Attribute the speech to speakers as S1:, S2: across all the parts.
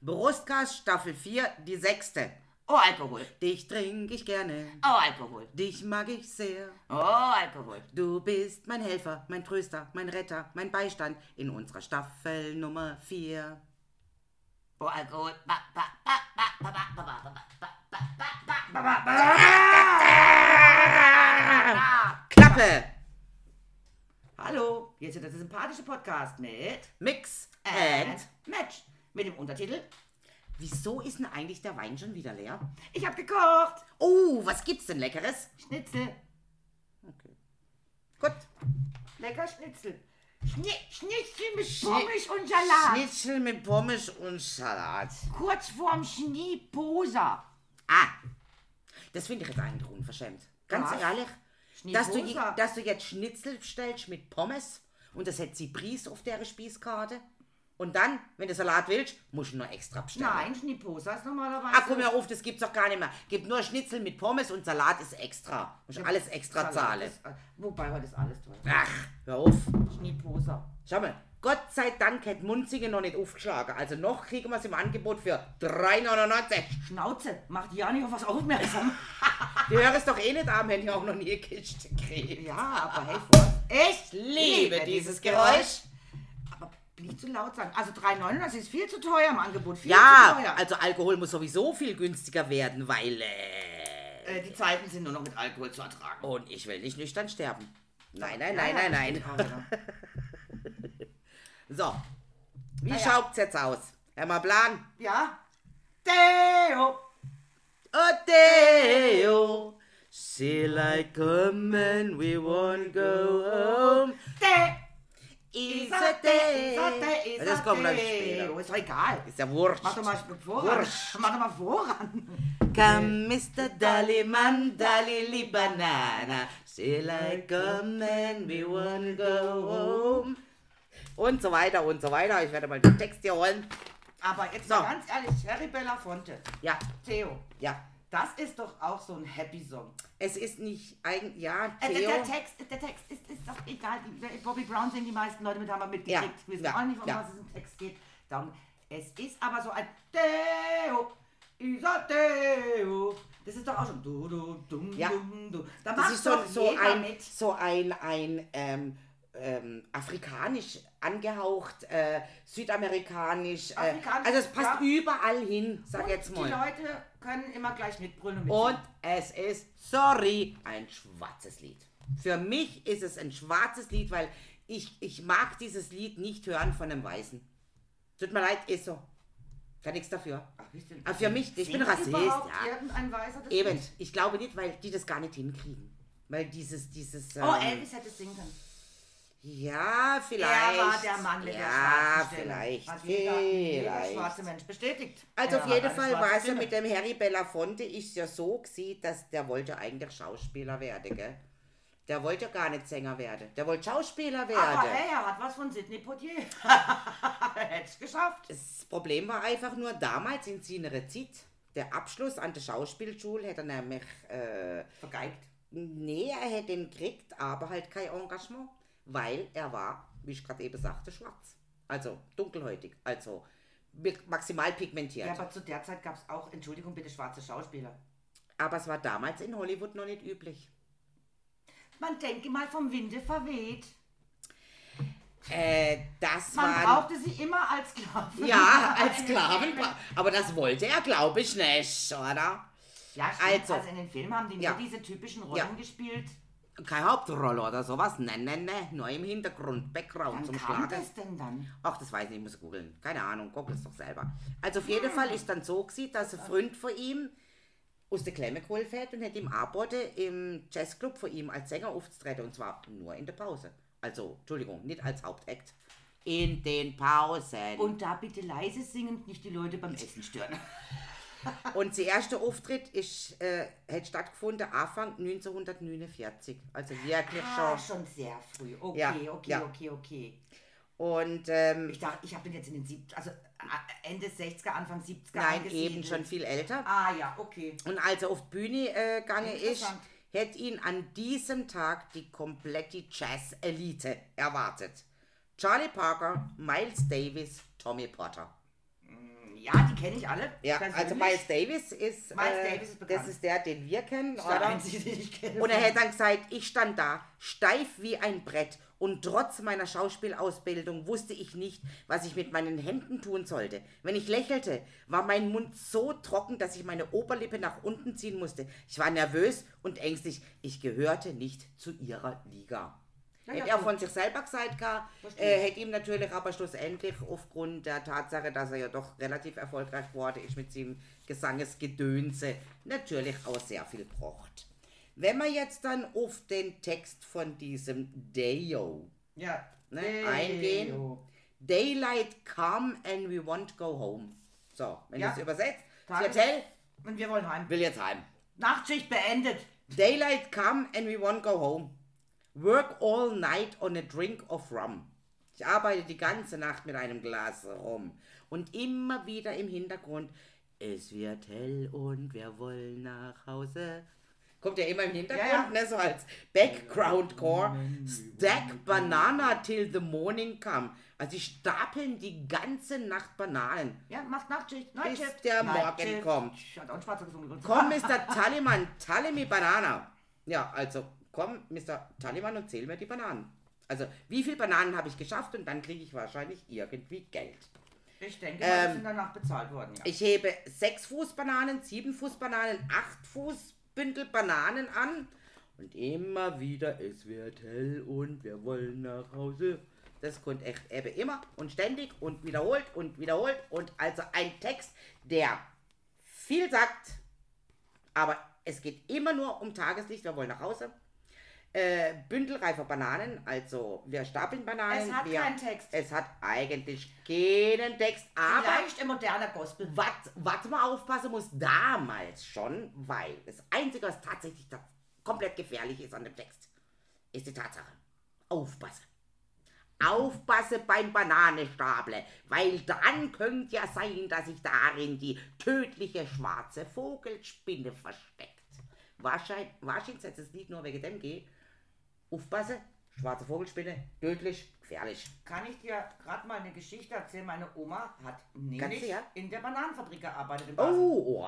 S1: Brustkast Staffel 4, die sechste.
S2: Oh, Alkohol.
S1: Dich trink ich gerne,
S2: Oh, Alkohol.
S1: dich mag ich sehr.
S2: Oh, Alkohol.
S1: Du bist mein Helfer, mein Tröster, mein Retter, mein Beistand in unserer Staffel Nummer 4.
S2: Oh, Alkohol. Ba, ba, ba, ba, ba, ba, ba, ba, ba, ba, ba, ba, ba, ba, ba, ba.
S1: Klappe!
S2: Hallo, hier ist der sympathische Podcast mit
S1: Mix and...
S2: Match mit dem Untertitel
S1: Wieso ist denn eigentlich der Wein schon wieder leer?
S2: Ich hab gekocht.
S1: Oh, was gibt's denn Leckeres?
S2: Schnitzel.
S1: Okay. Gut.
S2: Lecker Schnitzel. Schni Schnitzel mit Pommes und Salat.
S1: Schnitzel mit Pommes und Salat.
S2: Kurz vorm Schnieposa.
S1: Ah, das finde ich jetzt eigentlich unverschämt. Ganz
S2: Was?
S1: ehrlich, dass du, je-
S2: Schniposa.
S1: dass du jetzt Schnitzel bestellst mit Pommes und das hat Zibris auf der Spießkarte. Und dann, wenn du Salat willst, musst du noch extra bestellen.
S2: Nein, Schnieposa ist normalerweise.
S1: Ach komm, hör auf, das gibt's doch gar nicht mehr. Gibt nur Schnitzel mit Pommes und Salat ist extra. Musst alles extra
S2: Salat
S1: zahlen.
S2: ist- äh, Wobei heute ist alles teuer.
S1: Ach, hör auf.
S2: Schnieposa.
S1: Schau mal, Gott sei Dank hat Munzingen noch nicht aufgeschlagen. Also noch kriegen wir es im Angebot für 3,99.
S2: Schnauze, macht ja nicht auf was aufmerksam.
S1: Die hören es doch eh nicht an, wenn ich auch noch nie eine Kiste kriege.
S2: ja, aber hey, Forst. Ich
S1: Liebe dieses Geräusch.
S2: Aber nicht zu laut sagen. Also 3,99 ist viel zu teuer im Angebot. Viel zu
S1: Ja,
S2: teuer.
S1: also Alkohol muss sowieso viel günstiger werden, weil... Äh,
S2: Äh, die Zeiten sind nur noch mit Alkohol zu ertragen.
S1: und ich will nicht nüchtern sterben. Oh, Nein, nein, nein, nein, nein.
S2: genau.
S1: So, wie
S2: Na ja.
S1: schaut's jetzt aus? Herr Maplan.
S2: Ja? Theo!
S1: Odeo. See like come and we won't go home.
S2: Theo!
S1: Is a day.
S2: Isate,
S1: Das kommt dann später.
S2: Ist doch egal.
S1: Ist ja wurscht.
S2: Mach doch mal voran.
S1: Wursch.
S2: Mach doch mal voran.
S1: Come, Mr. Dallyman, Dallily Banana. See like come and we won't go home. Und so weiter und so weiter. Ich werde mal den Text hier holen.
S2: Aber jetzt
S1: So.
S2: mal ganz ehrlich, Harry Belafonte.
S1: Ja,
S2: Theo,
S1: ja.
S2: das ist doch auch so ein Happy Song.
S1: Es ist nicht eigen. Ja,
S2: Äh,
S1: Theo.
S2: Der Text, der Text ist, ist doch egal. Die- Bobby Brown singen die meisten Leute mit, haben wir mitgekriegt.
S1: Ja,
S2: Wir wissen
S1: ja,
S2: auch nicht, um
S1: ja.
S2: was es im Text geht. Darum, es ist aber so ein Theo, Isa Theo. Das ist doch auch schon du, du, dum,
S1: Ja.
S2: dum, du. Da
S1: Das
S2: macht
S1: ist so,
S2: doch
S1: so
S2: jeder
S1: ein,
S2: mit.
S1: so ein, ein ähm, ähm, afrikanisch angehaucht, äh, südamerikanisch. Äh,
S2: Afrikanisch,
S1: also es passt
S2: ja.
S1: überall hin, sag
S2: Und
S1: jetzt
S2: Die
S1: mal.
S2: Leute können immer gleich mitbrüllen und
S1: Und
S2: mitsingen.
S1: es ist, sorry, ein schwarzes Lied. Für mich ist es ein schwarzes Lied, weil ich, ich mag dieses Lied nicht hören von einem Weißen. Tut mir leid, ist so. Kann nichts dafür.
S2: Ach, wisst ihr,
S1: Aber für mich, Also, ich bin
S2: singt
S1: Rassist,
S2: überhaupt
S1: ja.
S2: Irgendein Weißer das
S1: Eben,
S2: Lied?
S1: ich glaube nicht, weil die das gar nicht hinkriegen. Weil dieses, dieses.
S2: Oh,
S1: ähm,
S2: Elvis hätte singen können.
S1: Ja, vielleicht.
S2: Er war der Mann mit der
S1: Ja,
S2: schwarzen Stimme.
S1: vielleicht.
S2: Hat jeder, jeder
S1: vielleicht.
S2: schwarze Mensch bestätigt.
S1: Also
S2: Er
S1: auf
S2: hat
S1: jeden
S2: eine
S1: Fall
S2: schwarze
S1: war es ja
S2: Stimme.
S1: mit dem Harry Belafonte ist ja so gesehen, dass der wollte eigentlich Schauspieler werden, gell? Der wollte ja gar nicht Sänger werden. Der wollte Schauspieler
S2: Aber
S1: werden.
S2: hey, er hat was von Sidney Poitier. Hätt's geschafft.
S1: Das Problem war einfach nur, damals in seiner Zeit, der Abschluss an der Schauspielschule hätte er nämlich, äh,
S2: Vergeigt.
S1: nee, er hätte ihn gekriegt, aber halt kein Engagement, weil er war, wie ich gerade eben sagte, schwarz. Also dunkelhäutig, also mi- maximal pigmentiert.
S2: Ja,
S1: aber,
S2: aber zu der Zeit gab es auch, Entschuldigung bitte, schwarze Schauspieler.
S1: es war damals in Hollywood noch nicht üblich.
S2: Man denke mal vom Winde verweht.
S1: Äh, das
S2: Man
S1: war
S2: brauchte sie immer als Sklaven.
S1: Ja, als Sklavenpaar. Aber das wollte er, glaube ich, nicht, oder?
S2: Ja, stimmt.
S1: Also.
S2: Also, in den Filmen haben die nur
S1: Ja.
S2: diese typischen Rollen
S1: Ja.
S2: gespielt.
S1: Keine Hauptrolle oder sowas. Nein, nein, nein. Nur im Hintergrund, Background
S2: Wann
S1: zum
S2: kam
S1: Schlagen.
S2: das denn dann?
S1: Ach, das weiß ich, ich muss googeln. Keine Ahnung, google es doch selber. Also auf
S2: Ah.
S1: jeden Fall ist dann so gewesen, dass ein Freund von ihm aus der Klemme geholt hat und hat ihm angeboten, im Jazzclub von ihm als Sänger aufzutreten. Und zwar nur in der Pause. Also, Entschuldigung, nicht als Hauptakt. In den Pausen.
S2: Und da bitte leise singend nicht die Leute beim Essen stören.
S1: Und der erste Auftritt ist, äh, hat stattgefunden Anfang 1949. Also wirklich
S2: Ah,
S1: schon.
S2: schon sehr früh. Okay,
S1: Ja,
S2: okay,
S1: ja.
S2: okay, okay.
S1: Und ähm,
S2: Ich dachte, ich habe den jetzt in den 70 also äh, Ende 60er, Anfang 70er
S1: nein,
S2: angesiedelt.
S1: eben schon viel älter.
S2: Ah ja, okay.
S1: Und als er auf die Bühne äh, gegangen ist,
S2: Interessant.
S1: hätte ihn an diesem Tag die komplette Jazz-Elite erwartet. Charlie Parker, Miles Davis, Tommy Potter.
S2: Ja, die kenne ich alle.
S1: Ja, also
S2: persönlich.
S1: Miles Davis ist,
S2: Miles
S1: äh,
S2: Davis ist bekannt.
S1: das ist der, den wir kennen,
S2: Das ist der
S1: oder?
S2: einzige, den ich kenne.
S1: Und er hätte dann gesagt, ich stand da, steif wie ein Brett und trotz meiner Schauspielausbildung wusste ich nicht, was ich mit meinen Händen tun sollte. Wenn ich lächelte, war mein Mund so trocken, dass ich meine Oberlippe nach unten ziehen musste. Ich war nervös und ängstlich. Ich gehörte nicht zu ihrer Liga.
S2: Ja,
S1: hätte
S2: ja,
S1: er von sich selber gesagt, gehabt,
S2: Verstehe
S1: äh,
S2: ich.
S1: hätte ihm natürlich aber schlussendlich aufgrund der Tatsache, dass er ja doch relativ erfolgreich wurde, ist mit seinem Gesangesgedönse natürlich auch sehr viel braucht. Wenn man jetzt dann auf den Text von diesem Dayo,
S2: ja.
S1: Ne,
S2: Ey,
S1: eingehen.
S2: jo.
S1: Daylight come and we won't go home. So, wenn
S2: Ja.
S1: das übersetzt, das
S2: Tages-
S1: Hotel
S2: Und wir wollen heim.
S1: will jetzt heim.
S2: Nachtschicht beendet.
S1: Daylight come and we won't go home. Work all night on a drink of rum. Ich arbeite die ganze Nacht mit einem Glas Rum. Und immer wieder im Hintergrund, es wird hell und wir wollen nach Hause. Kommt ja immer im Hintergrund,
S2: Ja, ja.
S1: Ne, so als Background Core. Stack Banana till the morning come. Also sie stapeln die ganze Nacht Bananen.
S2: Ja, macht Nachtschicht. Nachtschicht.
S1: der Morgen
S2: Nachtschicht.
S1: kommt.
S2: Hat auch ein Schwarzer gesungen.
S1: Komm, Mr. Taliman, Talimi Banana. Ja, also komm, Mr. Taliman und zähl mir die Bananen. Also, wie viel Bananen habe ich geschafft und dann kriege ich wahrscheinlich irgendwie Geld.
S2: Ich denke, mal, wir sind danach bezahlt worden. Ja.
S1: ähm, Ich hebe 6 Fuß Bananen, 7 Fuß Bananen, 8 Fuß Bündel Bananen an und immer wieder, es wird hell und wir wollen nach Hause. Das kommt echt eben immer und ständig und wiederholt und wiederholt und also ein Text, der viel sagt, aber es geht immer nur um Tageslicht, wir wollen nach Hause. Äh, Bündelreifer Bananen, also wir stapeln Bananen.
S2: Es hat
S1: wir,
S2: keinen Text.
S1: Es hat eigentlich keinen Text, aber
S2: Vielleicht im moderner Gospel.
S1: was, was man aufpassen muss, damals schon, weil das Einzige, was tatsächlich da komplett gefährlich ist an dem Text, ist die Tatsache. Aufpasse. Aufpasse beim Bananenstable, weil dann könnte ja sein, dass sich darin die tödliche schwarze Vogelspinne versteckt. Wahrscheinlich, wahrscheinlich setzt es nicht nur wegen dem G. Aufpasse, schwarze Vogelspinne, tödlich, gefährlich.
S2: Kann ich dir gerade mal eine Geschichte erzählen? Meine Oma hat nämlich
S1: du, ja?
S2: in der Bananenfabrik gearbeitet. In Basel.
S1: Oh,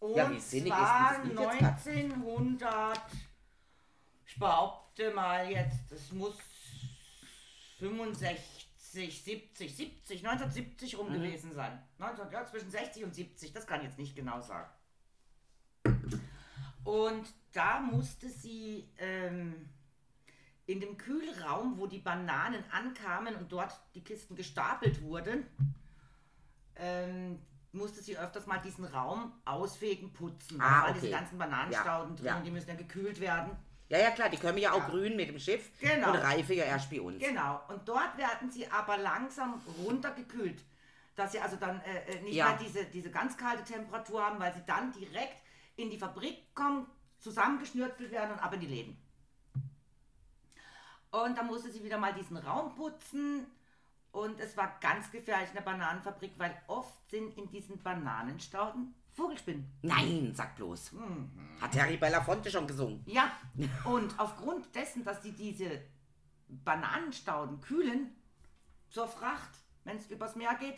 S1: oh.
S2: Und
S1: Ja, wie sinnig ist
S2: zwar
S1: denn das Lied jetzt grad?
S2: 1900, ich behaupte mal jetzt, es muss 65, 70, 70, 1970
S1: Mhm.
S2: rum gewesen sein. 1900, ja, zwischen 60 und 70, das kann ich jetzt nicht genau sagen. Und da musste sie ähm, in dem Kühlraum, wo die Bananen ankamen und dort die Kisten gestapelt wurden, ähm, musste sie öfters mal diesen Raum ausfegen, putzen.
S1: Ah,
S2: da waren diese
S1: okay.
S2: ganzen
S1: Ja,
S2: Bananenstauden drin
S1: ja.
S2: und die müssen ja gekühlt werden.
S1: Ja, ja, klar, die können ja auch grün mit dem Schiff
S2: Genau.
S1: und reife ja erst bei uns.
S2: Genau, und dort werden sie aber langsam runtergekühlt, dass sie also dann äh, äh, nicht
S1: Ja.
S2: mehr diese, diese ganz kalte Temperatur haben, weil sie dann direkt in die Fabrik kommen, zusammengeschnürzelt werden und ab in die Läden. Und dann musste sie wieder mal diesen Raum putzen und es war ganz gefährlich in der Bananenfabrik, weil oft sind in diesen Bananenstauden Vogelspinnen.
S1: Nein, sag bloß.
S2: Mhm.
S1: Hat Harry Belafonte schon gesungen.
S2: Ja, und aufgrund dessen, dass die diese Bananenstauden kühlen zur Fracht, wenn es übers Meer geht,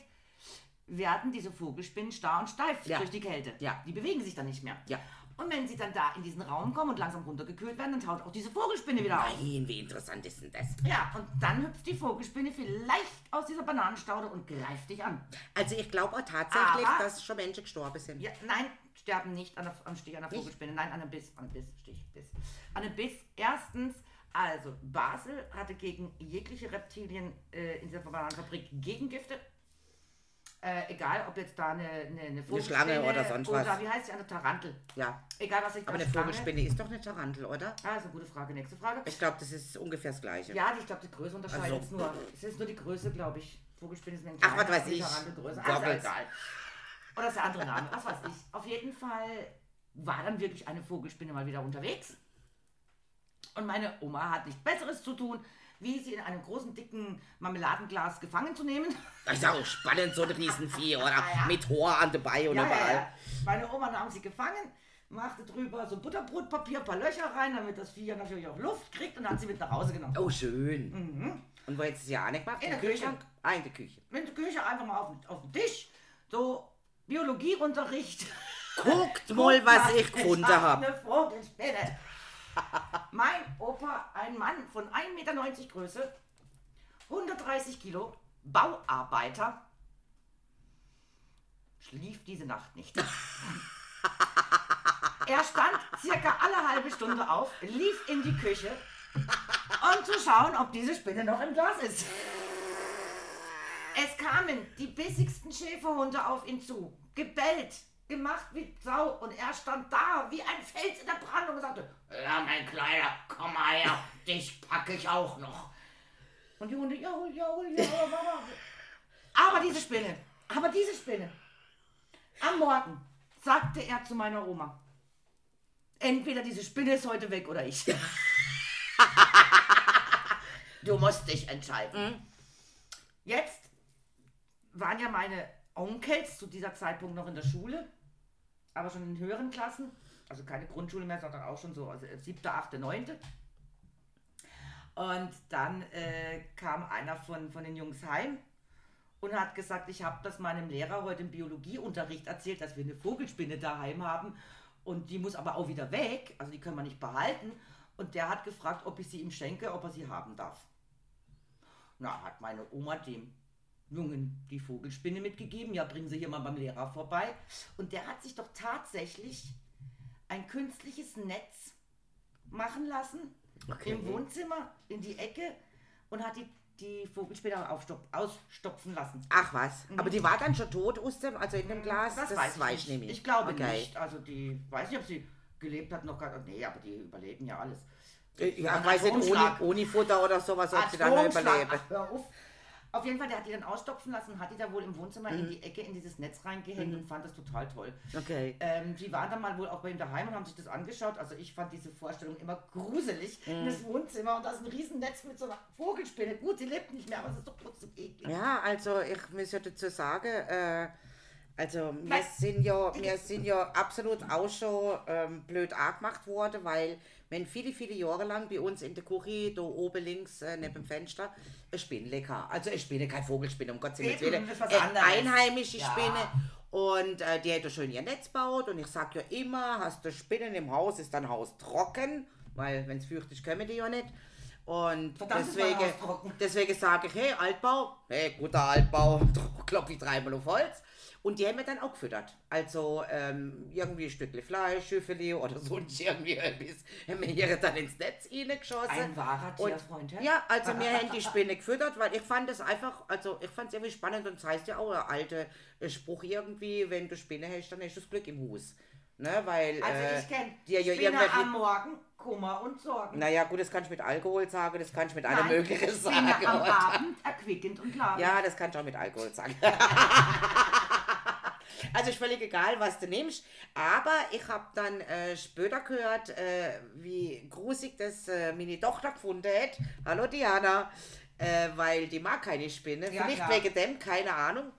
S2: werden diese Vogelspinnen starr und steif
S1: Ja.
S2: durch die Kälte.
S1: Ja.
S2: Die bewegen sich dann nicht mehr.
S1: Ja.
S2: Und wenn sie dann da in diesen Raum kommen und langsam runtergekühlt werden, dann taucht auch diese Vogelspinne wieder auf.
S1: Nein, wie interessant ist denn das?
S2: Ja, und dann hüpft die Vogelspinne vielleicht aus dieser Bananenstaude und greift dich an.
S1: Also ich glaube auch tatsächlich,
S2: Aber-
S1: dass schon Menschen gestorben sind.
S2: Ja, nein, sterben nicht an der, am Stich einer Vogelspinne. Nein, an einem Biss, an einem Biss, Stich, Biss. An einem Biss. Erstens, also Basel hatte gegen jegliche Reptilien äh, in dieser Bananenfabrik Gegengifte. Äh, egal, ob jetzt da eine, eine, eine Vogelspinne
S1: Schlange oder sonst
S2: oder,
S1: was.
S2: wie heißt sie, eine Tarantel.
S1: Ja.
S2: Egal, was ich
S1: Aber eine Vogelspinne ist doch eine Tarantel, oder?
S2: Ah, ist eine gute Frage. Nächste Frage.
S1: Ich glaube, das ist ungefähr das Gleiche.
S2: Ja, die- ich glaube, die Größe unterscheidet
S1: Also-
S2: es nur. Es ist nur die Größe, glaube ich. Vogelspinne ist mir ein
S1: Ach, was
S2: kleiner,
S1: weiß
S2: die
S1: ich.
S2: Tarantelgröße.
S1: Goggles.
S2: Also egal. Oder ist der andere Name, was weiß ich. Auf jeden Fall war dann wirklich eine Vogelspinne mal wieder unterwegs. Und meine Oma hat nichts Besseres zu tun, wie sie in einem großen, dicken Marmeladenglas gefangen zu nehmen.
S1: Das ist auch spannend, so ein Riesenvieh, oder?
S2: Ah,
S1: Mit Haar an dabei und überall.
S2: Meine Oma nahm sie gefangen, machte drüber so Butterbrotpapier, ein paar Löcher rein, damit das Vieh ja natürlich auch Luft kriegt und hat sie mit nach Hause genommen.
S1: Oh, schön. Und wo hättest du sie auch nicht gemacht?
S2: Mhm. In
S1: Im
S2: der Küche.
S1: Kühlschrank? Ah, in der Küche.
S2: mit der Küche einfach mal auf, auf den Tisch. So, Biologieunterricht.
S1: Guckt mal, was ich gefunden habe.
S2: Eine Vogelspinne. mein Opa, ein Mann von 1,90 Meter Größe, 130 Kilo, Bauarbeiter, schlief diese Nacht nicht. er stand circa alle halbe Stunde auf, lief in die Küche, um zu schauen, ob diese Spinne noch im Glas ist. Es kamen die bissigsten Schäferhunde auf ihn zu, gebellt, gemacht wie Sau und er stand da wie ein Fels in der Brandung und sagte, ja mein Kleiner, komm mal her, dich packe ich auch noch. Und die Hunde, jaul, jaul, jaul, Mama. Aber diese Spinne, aber diese Spinne, am Morgen sagte er zu meiner Oma, entweder diese Spinne ist heute weg oder ich. du musst dich entscheiden. Mhm. Jetzt waren ja meine Onkels zu dieser Zeitpunkt noch in der Schule, aber schon in höheren Klassen, also keine Grundschule mehr, sondern auch schon so, also siebte, achte, neunte. Und dann äh, kam einer von, von den Jungs heim und hat gesagt, ich habe das meinem Lehrer heute im Biologieunterricht erzählt, dass wir eine Vogelspinne daheim haben und die muss aber auch wieder weg, also die können wir nicht behalten. Und der hat gefragt, ob ich sie ihm schenke, ob er sie haben darf. Na, hat meine Oma dem Jungen die Vogelspinne mitgegeben, ja, bringen sie hier mal beim Lehrer vorbei. Und der hat sich doch tatsächlich ein künstliches Netz machen lassen
S1: Okay.
S2: im Wohnzimmer in die Ecke und hat die, die Vogelspinne aufstop- ausstopfen lassen.
S1: Ach was.
S2: Mhm.
S1: Aber die war dann schon tot, Ustem, also in dem Glas. Das, weiß ich
S2: nicht.
S1: nämlich.
S2: Mhm, Ich glaube
S1: Okay.
S2: nicht. Also die, weiß nicht, ob sie gelebt hat noch gar Nee, aber die überleben ja alles.
S1: Äh, Ja,
S2: Ein
S1: ich weiß nicht, ohne,
S2: Atomschlag.
S1: ohne Futter oder sowas, ob sie dann noch
S2: Atomschlag.
S1: überleben.
S2: Ach, hör auf. Auf jeden Fall, der hat die dann ausstopfen lassen und hat die da wohl im Wohnzimmer
S1: Mhm.
S2: in die Ecke in dieses Netz reingehängt und fand das total toll.
S1: Okay.
S2: Ähm, die waren dann mal wohl auch bei ihm daheim und haben sich das angeschaut. Also ich fand diese Vorstellung immer gruselig.
S1: Mhm.
S2: Das Wohnzimmer und da ist ein Riesennetz mit so einer Vogelspinne. Gut, sie lebt nicht mehr, aber es ist doch trotzdem eklig.
S1: Ja, also ich muss ja dazu sagen, äh, also wir
S2: Nein.
S1: sind, ja, wir sind ja absolut auch schon ähm, blöd angemacht worden, weil wenn viele, viele Jahre lang bei uns in der Küche, da oben links äh, neben dem Fenster, eine Spinne lecker. Also eine Spinne, keine Vogelspinne, um Gottes Willen.
S2: Eben, das ist was
S1: Eine
S2: anderes.
S1: einheimische
S2: Ja.
S1: Spinne. Und äh, die hat ja schön ihr Netz baut und ich sag ja immer, hast du Spinnen im Haus, ist dein Haus trocken, weil wenn es feuchtig kommen die ja nicht. Und
S2: Verdammt, ist mein
S1: deswegen,
S2: Haus trocken.
S1: deswegen sage ich, hey, Altbau, hey, guter Altbau, klopfe ich dreimal auf Holz. Und die haben wir dann auch gefüttert. Also ähm, irgendwie ein Stückchen Fleisch, Schüffeli oder sonst irgendwie etwas. Haben wir hier dann ins Netz reingeschossen.
S2: Ein wahrer
S1: Und-
S2: Tierfreund, hä?
S1: Ja, also mir haben die Spinne gefüttert, weil ich fand das einfach, also ich fand es irgendwie spannend und es heißt ja auch ein alter äh, Spruch irgendwie, wenn du Spinne hast, dann hast du das Glück im Hus. Ne, weil
S2: Also ich
S1: äh,
S2: kenne
S1: die ja
S2: Spinne
S1: irgendwelche-
S2: am Morgen, Kummer und Sorgen.
S1: naja, gut, das kann ich mit Alkohol sagen, das kann ich mit allem
S2: Nein,
S1: Möglichen sagen.
S2: Spinne am
S1: oder?
S2: Abend erquickend und klar.
S1: Ja, das kann ich auch mit Alkohol sagen. also ist völlig egal, was du nimmst. Aber ich habe dann äh, später gehört, äh, wie grusig das äh, meine Tochter gefunden hat. Hallo Diana. Äh, weil die mag keine Spinne.
S2: Ja,
S1: Vielleicht
S2: klar.
S1: wegen dem, keine Ahnung.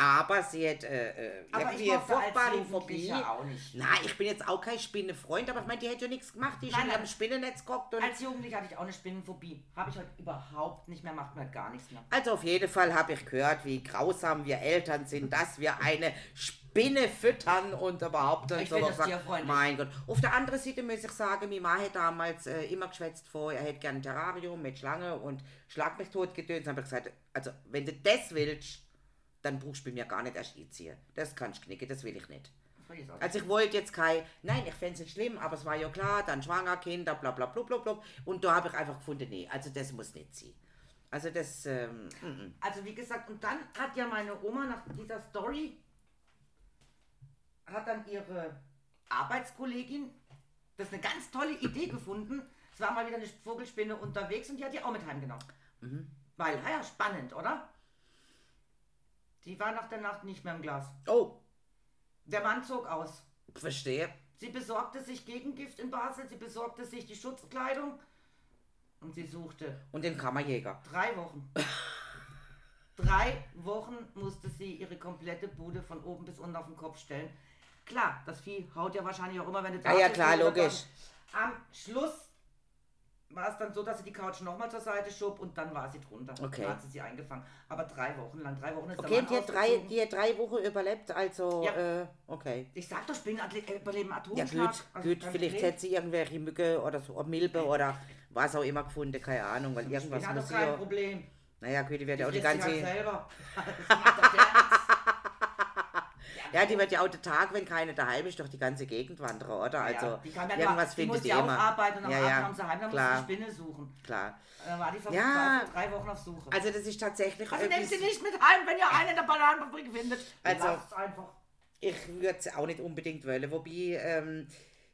S1: Aber sie hat äh, äh,
S2: aber ich
S1: irgendwie eine
S2: mochte als
S1: furchtbare Phobie.
S2: Jugendliche auch nicht.
S1: Nein, ich bin jetzt auch kein Spinnefreund, aber ich meine, die hätte ja nichts gemacht. Die ist
S2: Nein,
S1: in
S2: nein.
S1: ihrem Spinnennetz geguckt und
S2: Als Jugendliche hatte ich auch eine Spinnenphobie. Habe ich heute überhaupt nicht mehr, macht mir heute gar nichts mehr.
S1: Also auf jeden Fall habe ich gehört, wie grausam wir Eltern sind, dass wir eine Spinne füttern und überhaupt und
S2: Ich finde
S1: sowas.
S2: das tierfreundlich.
S1: Mein Gott. Auf der anderen Seite muss ich sagen, meine Mann hat damals äh, immer geschwätzt vor, er hätte gern ein Terrarium mit Schlange und Schlag mich tot gedöns. Dann habe ich gesagt, also wenn du das willst, dann brauchst du bei mir gar nicht erst einziehen. Das kannst du knicken, das will ich nicht. Also ich wollte jetzt kein, nein, ich fände es nicht schlimm, aber es war ja klar, dann schwanger, Kinder, bla bla bla bla bla. Und da habe ich einfach gefunden, nee, also das muss nicht sein. Also das, ähm,
S2: Also wie gesagt, und dann hat ja meine Oma nach dieser Story, hat dann ihre Arbeitskollegin, das ist eine ganz tolle Idee gefunden. Es war mal wieder eine Vogelspinne unterwegs und die hat die auch mit heimgenommen. Weil, naja, spannend, oder? Die war nach der Nacht nicht mehr im Glas.
S1: oh,
S2: Der Mann zog aus.
S1: verstehe.
S2: Sie besorgte sich Gegengift in Basel, sie besorgte sich die Schutzkleidung und sie suchte.
S1: Und den Kammerjäger.
S2: Drei Wochen. Drei Wochen musste sie ihre komplette Bude von oben bis unten auf den Kopf stellen. Klar, das Vieh haut ja wahrscheinlich auch immer, wenn du ne, da
S1: Ah ja,
S2: bist,
S1: klar,
S2: oder
S1: logisch.
S2: dann- Am Schluss war es dann so, dass sie die Couch nochmal zur Seite schob und dann war sie drunter.
S1: Okay.
S2: Da hat sie sie eingefangen. Aber drei Wochen lang, drei Wochen ist der
S1: Okay,
S2: Mann
S1: und die hat, drei,
S2: ausgezogen.
S1: die hat drei Wochen überlebt, also,
S2: Ja.
S1: äh, okay.
S2: Ich sag doch, Spinnenathleten überleben
S1: Ja,
S2: Atomschlag.
S1: gut,
S2: Also
S1: gut,
S2: kein
S1: vielleicht
S2: Problem.
S1: hätte sie irgendwelche Mücke oder so, oder Milbe oder was auch immer gefunden, keine Ahnung, weil
S2: Spinne
S1: irgendwas
S2: Äh. hat
S1: muss
S2: doch kein
S1: ja.
S2: Problem.
S1: Naja, gut, die wird ja auch die
S2: frisst sie
S1: ganze.
S2: halt selber. Das macht doch der
S1: Ja, die wird ja auch den Tag, wenn keine daheim ist, durch die ganze Gegend wandern, oder? Also,
S2: ja, die kann ja
S1: irgendwas
S2: nur, die
S1: findet
S2: muss
S1: die
S2: ja auch
S1: immer.
S2: arbeiten und am
S1: Ja,
S2: Abend
S1: ja,
S2: haben sie heim, dann
S1: klar.
S2: muss die Spinne suchen. Äh,
S1: Klar.
S2: Dann war die vor
S1: Ja.
S2: drei Wochen auf Suche.
S1: Also, das ist tatsächlich.
S2: Also nehmt
S1: etwas-
S2: sie nicht mit heim, wenn ihr einen in der Bananenfabrik findet.
S1: Also-
S2: Lasst es einfach.
S1: Ich würde es auch nicht unbedingt wollen, wobei ähm,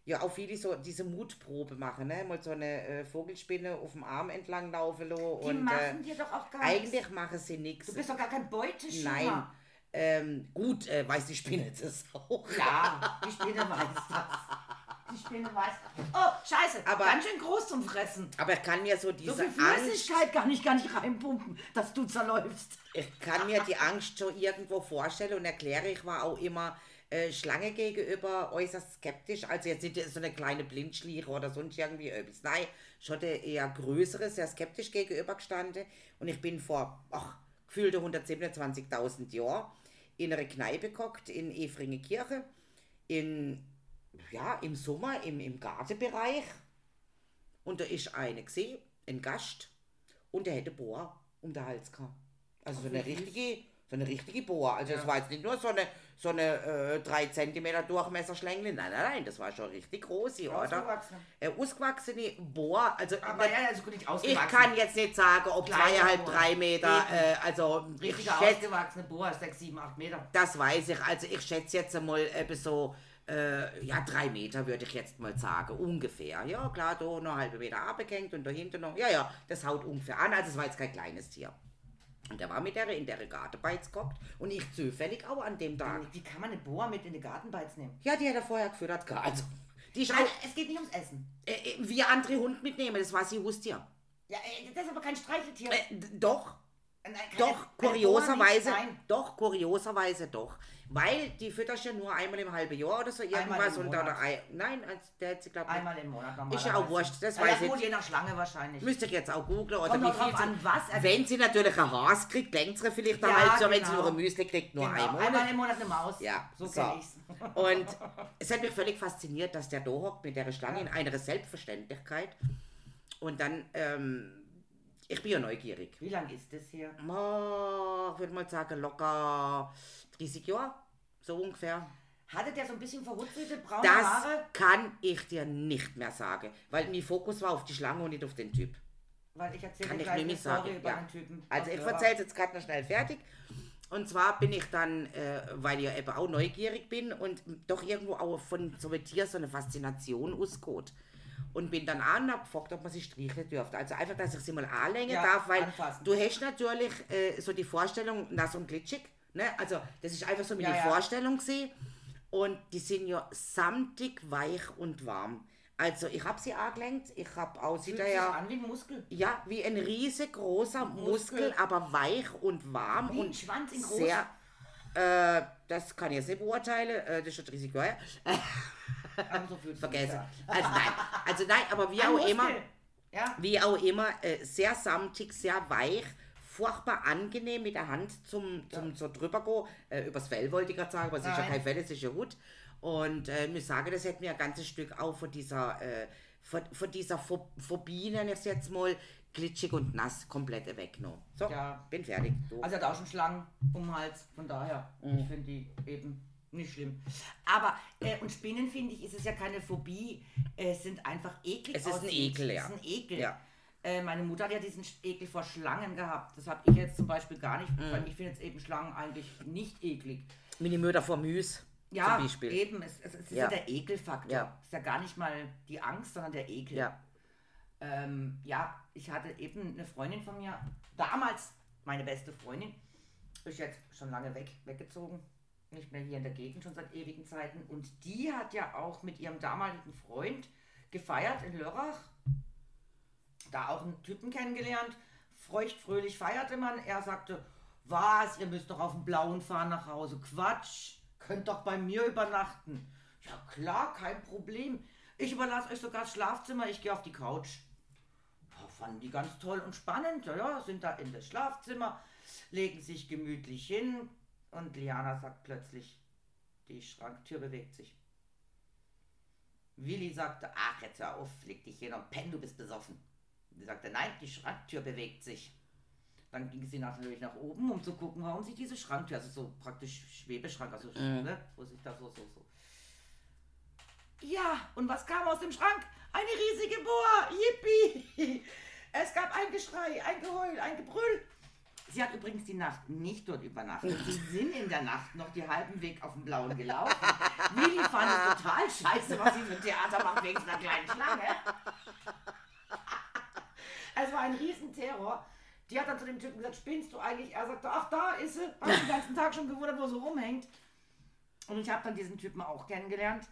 S1: ja auch viele so diese Mutprobe machen, ne? Mal so eine äh, Vogelspinne auf dem Arm entlang laufen lo
S2: Die
S1: und äh,
S2: machen dir doch auch gar nichts.
S1: eigentlich machen sie nichts.
S2: Du bist doch gar kein Beuteschema.
S1: Nein. Ähm, gut, äh, weiß die Spinne das auch.
S2: Ja, die Spinne weiß das. Die Spinne weiß das. Oh, scheiße.
S1: Aber-
S2: ganz schön groß zum Fressen.
S1: Aber ich kann mir so diese
S2: So viel
S1: Angst,
S2: Flüssigkeit kann ich gar nicht reinpumpen, dass du zerläufst.
S1: ich kann mir die Angst schon irgendwo vorstellen und erkläre, ich war auch immer äh, Schlange gegenüber äußerst skeptisch. Also jetzt nicht so eine kleine Blindschliere oder sonst irgendwie etwas. Nein, schon der eher größere, sehr skeptisch gegenüber gestanden. Und ich bin vor, ach, gefühlte 127.000 Jahren in eine Kneipe gekocht in Efringe Kirche. In, ja, im Sommer, im, im Gartenbereich. Und da ist eine gesehen, ein Gast, und der hätte Boa um den Hals gehabt. Also so eine richtige, so eine richtige Boa. Also es war jetzt nicht nur so eine, so eine äh, 3 cm Durchmesserschlängle. Nein, nein, nein, das war schon richtig groß, oder?
S2: Ausgewachsene.
S1: Äh, ausgewachsene Boa. Also
S2: Aber ja, also gut, nicht
S1: ich
S2: ausgewachsen.
S1: kann jetzt nicht sagen, ob
S2: Kleine
S1: zweieinhalb,
S2: Boa.
S1: drei Meter,
S2: Eben.
S1: äh, also ich
S2: Richtige
S1: schätze
S2: ausgewachsene Boa ist 6, 7, 8 Meter.
S1: das weiß ich. Also ich schätze jetzt mal eben so, äh, ja, drei Meter würde ich jetzt mal sagen, ungefähr. Ja, klar, da noch einen halben Meter abgehängt und dahinter noch. Ja, ja, das haut ungefähr an. Also es war jetzt kein kleines Tier. Und der war mit der in der Regatebeiz gekocht und ich zufällig auch an dem Tag.
S2: Wie kann man eine Boa mit in den Gartenbeiz nehmen?
S1: Ja, die hat er vorher gefüttert, gehabt. also. Die ist
S2: Nein,
S1: auch,
S2: es geht nicht ums Essen.
S1: äh, äh, wie andere Hund mitnehmen, das war sie Hustier.
S2: Ja, äh, das ist aber kein Streicheltier. Äh,
S1: Äh, d- doch,
S2: Nein, keine-
S1: Doch,
S2: eine Boa
S1: kurioserweise,
S2: nicht, nein.
S1: doch, kurioserweise doch. Weil die fütterst ja nur einmal im halben Jahr oder so irgendwas
S2: im
S1: und dann
S2: Monat.
S1: ein, Nein, als- der hat sie, glaube ich,
S2: Einmal im Monat normal.
S1: Ist ja auch wurscht, das
S2: ja,
S1: weiß
S2: gut,
S1: ich.
S2: je nach Schlange wahrscheinlich.
S1: Müsste ich jetzt auch googeln oder
S2: Kommt
S1: wie
S2: doch
S1: viel.
S2: drauf
S1: sie-
S2: an, was. er-
S1: Wenn sie natürlich ein Haas kriegt, denkt sie vielleicht
S2: Ja,
S1: ja, halb so, wenn sie
S2: genau.
S1: nur ein Müsli kriegt, nur
S2: genau,
S1: einmal.
S2: einmal im Monat eine Maus.
S1: Ja,
S2: so
S1: so.
S2: kenn ich's.
S1: Und es hat mich völlig fasziniert, dass der da hockt mit der Schlange in einer Selbstverständlichkeit. Und dann, ähm, ich bin ja neugierig.
S2: Wie lang ist das hier?
S1: Ma, Ich würde mal sagen, locker 30 Jahre, so ungefähr.
S2: Hatte der so ein bisschen verhutzelte braune
S1: Das
S2: Haare?
S1: kann ich dir nicht mehr sagen, weil mein Fokus war auf die Schlange und nicht auf den Typ.
S2: Weil ich erzähle
S1: Kann
S2: gleich
S1: ich
S2: eine
S1: nämlich
S2: Story
S1: sagen.
S2: über
S1: Ja.
S2: den Typen.
S1: Also
S2: aus
S1: ich
S2: Lörrach.
S1: erzähle es jetzt gerade noch schnell fertig. Und zwar bin ich dann, äh, weil ich ja eben auch neugierig bin und doch irgendwo auch von so einem Tier so eine Faszination ausgeht. Und bin dann an und hab gefragt, ob man sie streicheln dürfte. Also einfach, dass ich sie mal anlängen
S2: Ja,
S1: darf, weil
S2: anfassen.
S1: du hast natürlich äh, so die Vorstellung nass und glitschig. Ne? Also das ist einfach so meine
S2: Ja, ja.
S1: Vorstellung gewesen. Und die sind ja samtig, weich und warm. Also ich hab sie angelenkt, ich hab auch
S2: Fühlt sich
S1: hinterher...
S2: an wie ein Muskel.
S1: Ja, wie ein riesengroßer Muskel,
S2: Muskel.
S1: aber weich und warm
S2: Wie ein
S1: und
S2: Schwanz in groß.
S1: sehr. Äh, das kann ich jetzt nicht beurteilen, äh, das ist schon riesig geil.
S2: Aber so fühlt
S1: Vergessen.
S2: sich
S1: Also nein, also nein, aber wie
S2: Ein
S1: auch
S2: Muskel.
S1: immer,
S2: Ja,
S1: wie auch immer, äh, sehr samtig, sehr weich, furchtbar angenehm mit der Hand zum, zum so drüber go, äh, übers Fell wollte ich gerade sagen, aber es ist ja
S2: Nein.
S1: kein Fell, es ist ja Hut. Und äh, ich muss sagen, das hätte mir ein ganzes Stück auch von dieser, äh, von, von dieser Pho- Phobie, nenne ich es jetzt mal, glitschig und nass komplett weggenommen. So,
S2: Ja.
S1: bin fertig. Du.
S2: also er hat auch schon Schlangen um den Hals, von daher.
S1: Mhm.
S2: Ich finde die eben nicht schlimm. Aber, äh, und Spinnen, finde ich, ist es ja keine Phobie, es sind einfach eklig.
S1: Es ist ein
S2: aussieht.
S1: Ekel, ja.
S2: Es ist ein Ekel.
S1: Ja.
S2: Äh, meine Mutter hat ja diesen Ekel vor Schlangen gehabt. Das habe ich jetzt zum Beispiel gar nicht,
S1: Mhm.
S2: weil ich finde jetzt eben Schlangen eigentlich nicht eklig.
S1: Meine Mütter vor Müs
S2: Ja,
S1: zum Beispiel.
S2: eben. Es, es, es ist ja.
S1: Ja.
S2: der Ekelfaktor.
S1: Ja.
S2: Es ist ja gar nicht mal die Angst, sondern der Ekel.
S1: Ja.
S2: Ähm, ja, ich hatte eben eine Freundin von mir, damals meine beste Freundin, ist jetzt schon lange weg, weggezogen, nicht mehr hier in der Gegend, schon seit ewigen Zeiten. Und die hat ja auch mit ihrem damaligen Freund gefeiert in Lörrach, da auch einen Typen kennengelernt, feucht, fröhlich feierte man. Er sagte, was, ihr müsst doch auf den Blauen fahren nach Hause, Quatsch, könnt doch bei mir übernachten. Ja klar, kein Problem. Ich überlasse euch sogar das Schlafzimmer, ich gehe auf die Couch. fanden die ganz toll und spannend. Ja, ja, sind da in das Schlafzimmer, legen sich gemütlich hin und Liana sagt plötzlich, die Schranktür bewegt sich. Willi sagte, ach, jetzt hör auf, leg dich hin und penn, du bist besoffen. Sie sagte, nein, die Schranktür bewegt sich. Dann ging sie natürlich nach oben, um zu gucken, warum sich diese Schranktür, also so praktisch Schwebeschrank, also ne, wo sich da so, so, so. Ja, und was kam aus dem Schrank? Eine riesige Boa! Yippie! Es gab ein Geschrei, ein Geheul, ein Gebrüll. Sie hat übrigens die Nacht nicht dort übernachtet. Sie sind in der Nacht noch die halben Weg auf dem Blauen gelaufen. Willi fand es total scheiße, was sie mit Theater macht wegen einer kleinen Schlange. Es war Also ein Riesenterror. Die hat dann zu dem Typen gesagt, spinnst du eigentlich? Er sagte, ach da ist sie. Hab mich den ganzen Tag schon gewundert, wo sie rumhängt. Und ich habe dann diesen Typen auch kennengelernt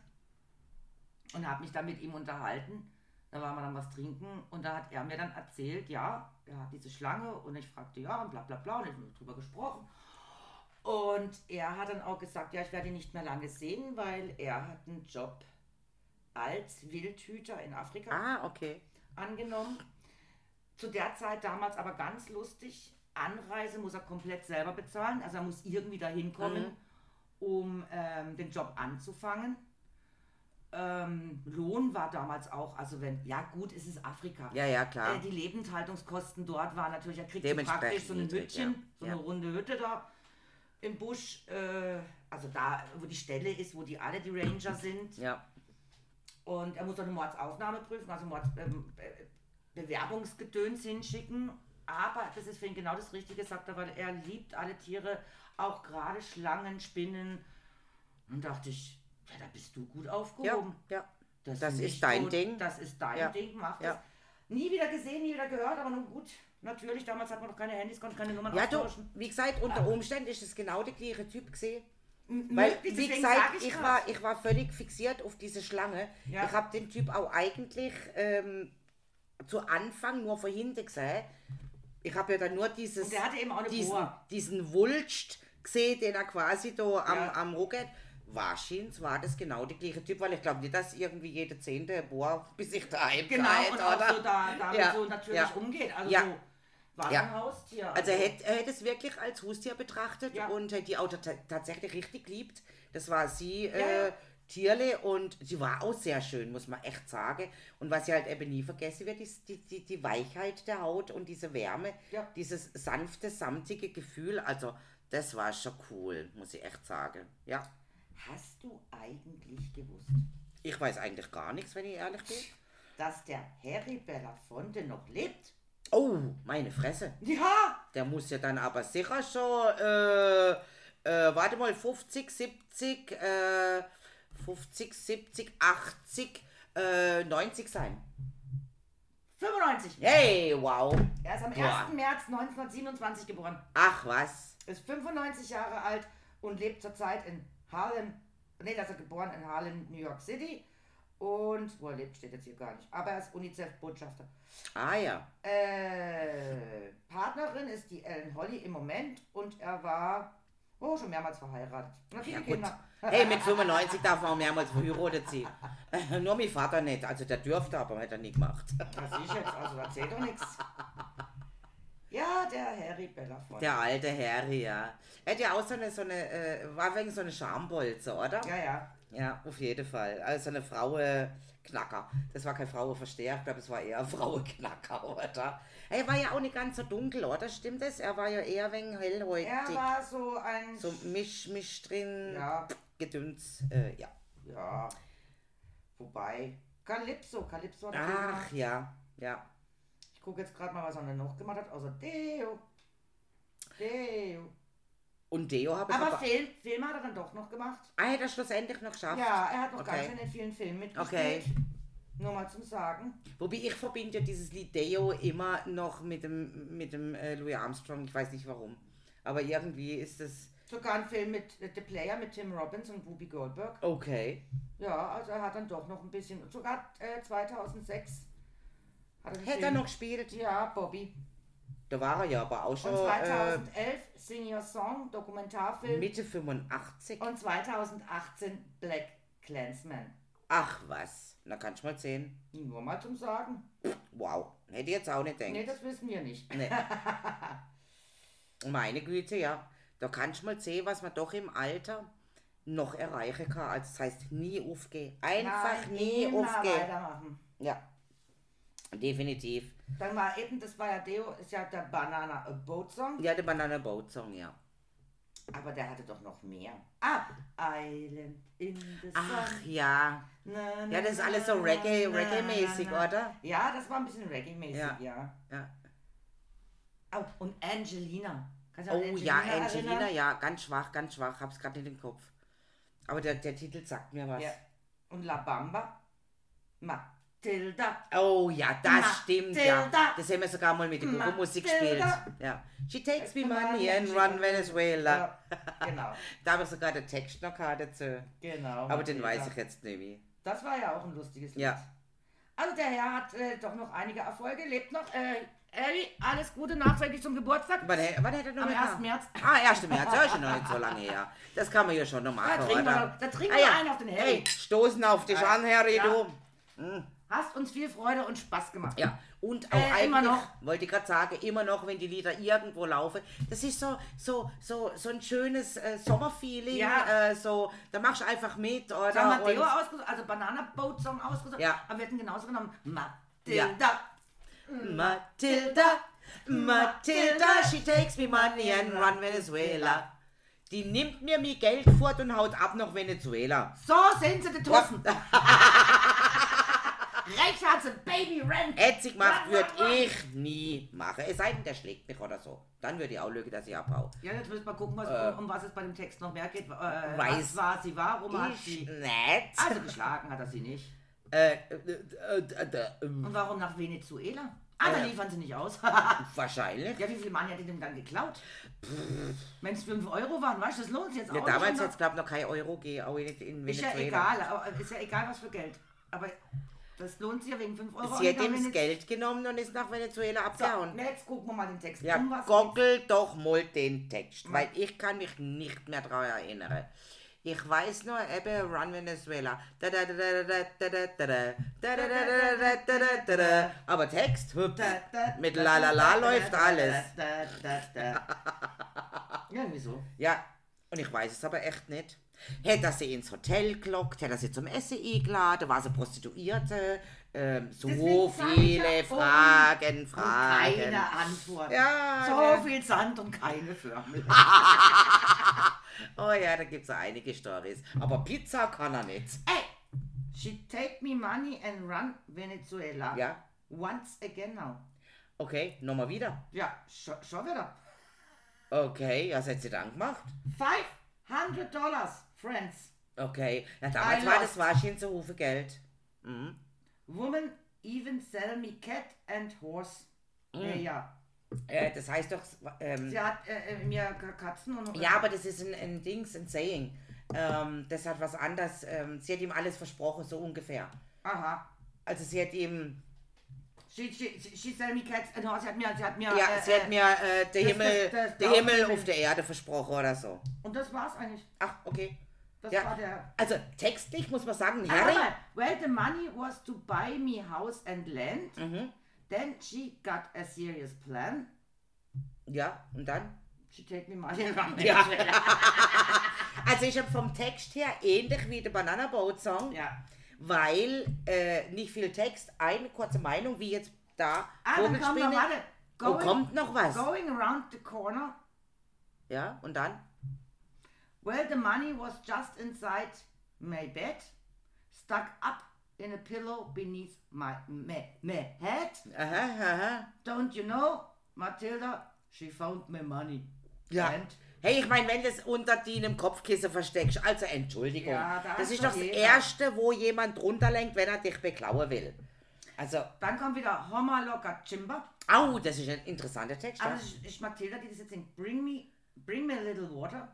S2: und habe mich dann mit ihm unterhalten. Da waren wir dann was trinken und da hat er mir dann erzählt, ja, er hat diese Schlange und ich fragte, ja, und bla bla bla und ich habe drüber gesprochen. Und er hat dann auch gesagt, ja, ich werde ihn nicht mehr lange sehen, weil er hat einen Job als Wildhüter in Afrika
S1: Ah, okay.
S2: angenommen. Zu der Zeit damals aber ganz lustig, Anreise muss er komplett selber bezahlen, also er muss irgendwie dahin kommen,
S1: Mhm.
S2: um ähm, den Job anzufangen. Ähm, Lohn war damals auch, also wenn, ja gut, es ist Afrika.
S1: Ja, ja, klar.
S2: Äh, die Lebenshaltungskosten dort waren natürlich, er kriegt so
S1: Dementsprechend
S2: praktisch so ein
S1: niedrig,
S2: Hütchen,
S1: ja.
S2: so
S1: Ja.
S2: eine runde Hütte da im Busch, äh, also da, wo die Stelle ist, wo die alle die Ranger sind.
S1: Ja.
S2: Und er muss dann eine Mordsaufnahme prüfen, also Mords, ähm, äh, Bewerbungsgedöns hinschicken. Aber das ist für ihn genau das Richtige, sagt er, weil er liebt alle Tiere, auch gerade Schlangen, Spinnen. Und dachte ich, ja, da bist du gut aufgehoben.
S1: Ja, ja. Das
S2: Das,
S1: ist
S2: ist
S1: dein
S2: gut.
S1: Ding.
S2: Das ist dein
S1: Ja.
S2: Ding, mach
S1: Ja.
S2: das. Nie wieder gesehen, nie wieder gehört, aber nun gut. Natürlich, damals hat man noch keine Handys, konnte keine Nummern
S1: Ja, du,
S2: austauschen.
S1: wie gesagt,
S2: Ah.
S1: unter Umständen ist es genau der gleiche Typ gesehen.
S2: M-
S1: Weil,
S2: möglich,
S1: wie
S2: deswegen
S1: gesagt,
S2: sag halt.
S1: ich,
S2: grad.
S1: war, ich war völlig fixiert auf diese Schlange.
S2: Ja.
S1: Ich habe den Typ auch eigentlich ähm, zu Anfang nur von hinten gesehen. Ich habe ja dann nur dieses,
S2: Und der hatte eben auch eine
S1: diesen,
S2: Boa.
S1: diesen Wulst gesehen, den er quasi da am,
S2: Ja.
S1: am Ruck hat. Wahrscheinlich war das genau der gleiche Typ, weil ich glaube nicht, dass irgendwie jede zehnte Boa bis sich da
S2: Genau,
S1: eingeht,
S2: und auch
S1: oder?
S2: so da, damit
S1: Ja,
S2: so natürlich
S1: ja.
S2: umgeht. Also
S1: Ja.
S2: so war
S1: Ja.
S2: ein Haustier.
S1: Also er hätte, er hätte es wirklich als Haustier betrachtet
S2: Ja.
S1: und hätte die auch ta- tatsächlich richtig liebt. Das war sie,
S2: Ja,
S1: äh,
S2: ja.
S1: Tierle und sie war auch sehr schön, muss man echt sagen. Und was ich halt eben nie vergessen wird, ist die, die, die Weichheit der Haut und diese Wärme,
S2: Ja.
S1: dieses sanfte, samtige Gefühl. Also das war schon cool, muss ich echt sagen. Ja,
S2: Hast du eigentlich gewusst,
S1: ich weiß eigentlich gar nichts, wenn ich ehrlich bin.
S2: dass der Harry Belafonte noch lebt?
S1: Oh, meine Fresse.
S2: Ja!
S1: Der muss ja dann aber sicher schon, äh, äh, warte mal, 50, 70, äh, 50, 70, 80, äh, 90 sein.
S2: 95.
S1: Hey, wow.
S2: Er ist am
S1: Boah.
S2: 1. März 1927 geboren.
S1: Ach was.
S2: Ist 95 Jahre alt und lebt zurzeit in Harlem. Nee, da ist er geboren in Harlem, New York City. Und wo er lebt, steht jetzt hier gar nicht. Aber er ist UNICEF-Botschafter.
S1: Ah ja.
S2: Äh, Partnerin ist die Ellen Holly im Moment und er war oh, schon mehrmals verheiratet. Na,
S1: Ja
S2: viele
S1: gut.
S2: Kinder.
S1: Hey, mit 95 darf man auch mehrmals verheiratet sein. Nur mein Vater nicht. Also der dürfte, aber hat er nie gemacht.
S2: Das sehe ich jetzt, also da zählt doch nichts. Ja, der Harry Belafonte.
S1: Der alte Harry, ja. Er hat ja auch so eine, so eine äh, war wegen so eine Schambolze, oder?
S2: Ja, ja.
S1: Ja, auf jeden Fall. Also eine Frauenknacker. Das war keine Frauenversteher, ich glaube, es war eher ein Frauenknacker, oder? Er war ja auch nicht ganz so dunkel, oder? Stimmt das? Er war ja eher wegen
S2: Er
S1: hellhäutig.
S2: war so ein.
S1: So Misch, Misch drin,
S2: ja,
S1: Gedöns, äh, ja.
S2: ja. Wobei. Calypso, Calypso hat er gemacht.
S1: Ach ja, ja.
S2: Ich gucke jetzt gerade mal, was er denn noch gemacht hat, außer Deo. Deo.
S1: Und Deo habe ich
S2: Aber
S1: aber...
S2: Film, Film hat er dann doch noch gemacht.
S1: Ah, hätte er schlussendlich noch geschafft.
S2: Ja, er hat noch
S1: Okay.
S2: ganz schön in vielen Filmen
S1: Okay.
S2: mitgespielt. Nur mal zum Sagen.
S1: Wobei ich verbinde ja dieses Lied Deo immer noch mit dem, mit dem äh, Louis Armstrong. Ich weiß nicht warum. Aber irgendwie ist das...
S2: Sogar ein Film mit äh, The Player mit Tim Robbins und Whoopi Goldberg.
S1: Okay.
S2: Ja, also er hat dann doch noch ein bisschen. Sogar äh, 2006 hat er den
S1: Hätte er
S2: Film-
S1: noch gespielt?
S2: Ja, Bobby.
S1: Da war er ja aber auch schon...
S2: Und
S1: äh,
S2: 2011 Sing Your Song, Dokumentarfilm.
S1: Mitte 85.
S2: Und 2018 Black Clansman.
S1: Ach was, na kannst du mal sehen.
S2: Nur mal zum Sagen.
S1: Wow, hätte ich jetzt auch nicht
S2: Nee,
S1: gedacht.
S2: das wissen wir nicht.
S1: Meine Güte, ja. Da kannst du mal sehen, was man doch im Alter noch erreichen kann. Also das heißt, nie aufgehen. Einfach
S2: Nein,
S1: nie
S2: immer
S1: aufgehen.
S2: weitermachen.
S1: Ja, definitiv.
S2: Dann war eben, das war ja Deo, ist ja der Banana Boat Song,
S1: Ja, der Banana Boat Song, ja.
S2: aber der hatte doch noch mehr. Ah, Island in the Sun.
S1: Ach ja.
S2: Na, na,
S1: Ja, das ist
S2: na,
S1: alles so
S2: na,
S1: Reggae,
S2: na,
S1: Reggae-mäßig,
S2: na, na.
S1: oder?
S2: Ja, das war ein bisschen Reggae-mäßig,
S1: Ja.
S2: ja.
S1: Ja.
S2: Oh, und Angelina. Kannst du
S1: Oh
S2: dich an
S1: ja, Angelina,
S2: erinnern?
S1: ja, ganz schwach, ganz schwach. Hab's gerade in den Kopf. Aber der, der Titel sagt mir was.
S2: Ja. Und La Bamba. Matilda.
S1: Oh ja, das
S2: Matilda.
S1: stimmt, ja. Das haben wir sogar mal mit der
S2: Matilda.
S1: Gugu-Musik gespielt. Ja. She takes me money and run Venezuela.
S2: Ja, genau,
S1: Da habe ich sogar den Text noch gerade dazu.
S2: genau.
S1: Aber den
S2: Matilda.
S1: weiß ich jetzt nicht wie.
S2: Das war ja auch ein lustiges Lied.
S1: Ja.
S2: Also der Herr hat äh, doch noch einige Erfolge, lebt noch. Äh, Elli, alles Gute nachträglich zum Geburtstag.
S1: Wann, hä- wann hätte er noch
S2: Am
S1: mal
S2: 1.
S1: gehabt?
S2: März.
S1: Ah, 1. März, ja, ist ja noch nicht so lange her. Das kann man ja schon noch machen,
S2: Da trinken wir,
S1: oder?
S2: noch- da trinken
S1: Ah,
S2: wir
S1: ja.
S2: einen auf den Harry.
S1: Hey, stoßen auf dich
S2: Ja.
S1: an, Harry,
S2: Ja.
S1: du.
S2: Hast uns viel Freude und Spaß gemacht.
S1: Ja, und auch
S2: Äh,
S1: eigentlich,
S2: immer noch.
S1: wollte ich gerade sagen, immer noch, wenn die Lieder irgendwo laufen, das ist so, so, so, so ein schönes äh, Sommerfeeling,
S2: Ja.
S1: äh, so, da machst du einfach mit, oder?
S2: Da haben wir Deo
S1: und,
S2: ausgesucht, also Banana Boat Song ausgesucht.
S1: Ja.
S2: Aber wir hätten genauso genommen
S1: Ja.
S2: Matilda.
S1: Matilda, Matilda, she takes me money and run Venezuela. Die nimmt mir mir Geld fort und haut ab nach Venezuela.
S2: So sind sie die Tuffen. Rechts hat sie Baby Rent.
S1: Hätte ich gemacht,
S2: Ja,
S1: würde
S2: ja, ja.
S1: ich nie machen. Es sei denn, der schlägt mich oder so. Dann würde ich auch lügen, dass ich abhau.
S2: Ja, jetzt müssen wir gucken, was, um, um was es bei dem Text noch mehr geht. Äh,
S1: Äh. Weiß
S2: was war sie, warum hat
S1: Ich
S2: sie...
S1: nicht.
S2: Also geschlagen hat er sie nicht.
S1: Äh, äh, äh, äh, äh,
S2: Und warum nach Venezuela? Ah, da
S1: Ja.
S2: liefern sie nicht aus. ja,
S1: wahrscheinlich.
S2: wie viel Mann hat die denn dann geklaut? Wenn es 5 Euro waren, weißt du, das lohnt sich jetzt
S1: Ja,
S2: auch
S1: damals
S2: nicht.
S1: hat es, glaube ich, noch kein Euro gegeben, auch nicht in
S2: Ist ja
S1: Venezuela.
S2: egal, aber ist ja egal, was für Geld. Aber das lohnt sich ja wegen 5 Euro.
S1: Sie
S2: auch
S1: hat ihm
S2: nicht,
S1: das Geld genommen und ist nach Venezuela
S2: So,
S1: abgehauen.
S2: na, jetzt gucken wir mal den Text.
S1: Ja,
S2: Um was
S1: goggle doch mal den Text, weil ich kann mich nicht mehr daran erinnern. Ich weiß nur eben Run Venezuela. Da, da, da, da, da, da, da, da, da. Da, da, da, da, da, da, da, da, da. Aber Text, hups,
S2: geht's?
S1: mit la la la läuft alles.
S2: Da, da, da. Ja, wieso?
S1: Ja, und ich weiß es aber echt nicht. Hätte er sie ins Hotel gelockt, hätte er sie zum Essen eingeladen, war sie Prostituierte, ähm, so
S2: Deswegen sag ich
S1: viele
S2: ja, und-
S1: Fragen,
S2: Und
S1: Fragen.
S2: keine Antwort.
S1: Ja,
S2: so
S1: ne.
S2: viel Sand und keine Förmel.
S1: Oh ja, da gibt es einige Stories. Aber Pizza kann er nicht.
S2: Ey, she take me money and run Venezuela.
S1: Ja,
S2: Once again now.
S1: okay, nochmal wieder.
S2: Ja, schon scho wieder.
S1: Okay, was hat sie dann gemacht?
S2: 500 Dollars, friends.
S1: Okay, ja, damals
S2: I
S1: war
S2: lost.
S1: das wahrscheinlich so Hufe Geld.
S2: Woman even sell me cat and horse.
S1: Mm.
S2: Ja, ja.
S1: Äh, das heißt doch, ähm,
S2: Sie hat äh, äh, mir K- Katzen und...
S1: Ja, aber das ist ein, ein Dings, ein Saying. Ähm, das hat was anders. Ähm, sie hat ihm alles versprochen, so ungefähr.
S2: Aha.
S1: Also sie hat ihm,
S2: She, she, she, she sell me cats and horse. Sie hat mir... Sie hat mir
S1: ja,
S2: äh,
S1: sie hat
S2: äh,
S1: mir äh, der
S2: das-
S1: Himmel,
S2: das- das-
S1: der
S2: das-
S1: Himmel auf der Erde versprochen oder so.
S2: Und das war's eigentlich.
S1: Ach, okay.
S2: Das
S1: Ja.
S2: war der...
S1: Also textlich muss man sagen, Harry.
S2: Aber, well, the money was to buy me house and land.
S1: Mhm.
S2: Then she got a serious plan.
S1: Ja, und dann?
S2: She take me money and run
S1: Ja.
S2: Venezuela.
S1: Also ich habe vom Text her ähnlich wie der Banana Boat Song,
S2: Ja.
S1: weil äh, nicht viel Text, eine kurze Meinung, wie jetzt da.
S2: Ah, dann kommt
S1: Vogelspinne.
S2: noch, warte.
S1: Oh,
S2: Going,
S1: kommt noch was.
S2: going around the corner.
S1: Ja, und dann?
S2: Well, the money was just inside my bed, stuck up in a pillow beneath my, my, my head.
S1: Aha, aha.
S2: Don't you know, Matilda, she found my money.
S1: Ja.
S2: And
S1: Hey, ich meine, wenn du es unter deinem Kopfkissen versteckst, also Entschuldigung.
S2: Ja, da eh
S1: das
S2: ist
S1: ist
S2: doch
S1: doch das
S2: jeder.
S1: Erste, wo jemand drunter lenkt, wenn er dich beklauen will. Also,
S2: dann kommt wieder Homer Locker Chimba.
S1: au, das ist ein interessanter Text. Ja.
S2: Aber es ist- ist Matilda, die das jetzt singt. Bring me, bring me a little water.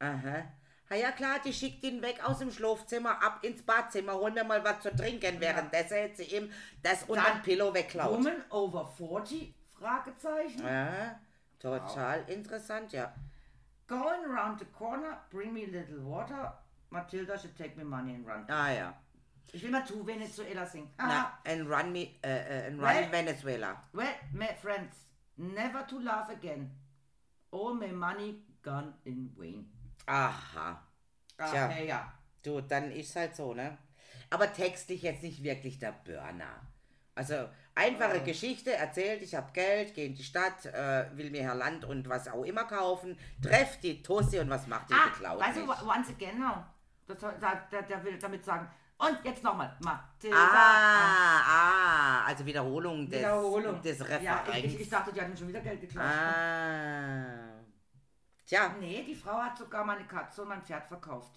S1: Aha. Ha, ja klar, die schickt ihn weg aus dem Schlafzimmer, ab ins Badzimmer, hol mir mal was zu trinken, währenddessen hätte sie ihm das unter
S2: Dann-
S1: den Pillow wegklaut.
S2: Woman over 40? Fragezeichen.
S1: Aha. Total interessant, ja.
S2: Going round the corner, bring me a little water. Matilda should take me money and run.
S1: Ah ja.
S2: Ich will mal To Venezuela singen.
S1: Na,
S2: Ah,
S1: and run me, äh, äh, and run
S2: Well-
S1: Venezuela.
S2: well, my friends, never to laugh again. All my money gone in vain.
S1: Aha.
S2: Ah,
S1: Tja.
S2: hey, ja.
S1: Du, dann ist halt so, ne? Aber textlich jetzt nicht wirklich der Burner. Also einfache Geschichte, erzählt, ich habe Geld, gehe in die Stadt, äh, will mir Herr Land und was auch immer kaufen, trefft die Tussi und was macht die
S2: Ah,
S1: geklaut
S2: weißt du,
S1: nicht.
S2: wo- once again now. Das, soll- da, da, der will damit sagen. Und jetzt nochmal. Matilda.
S1: Ah, ah, also Wiederholung des,
S2: Wiederholung.
S1: des
S2: ja,
S1: Referents.
S2: ich, ich, ich dachte, die hatten schon wieder Geld geklaut.
S1: ah. Tja,
S2: Nee, die Frau hat sogar meine Katze und mein Pferd verkauft.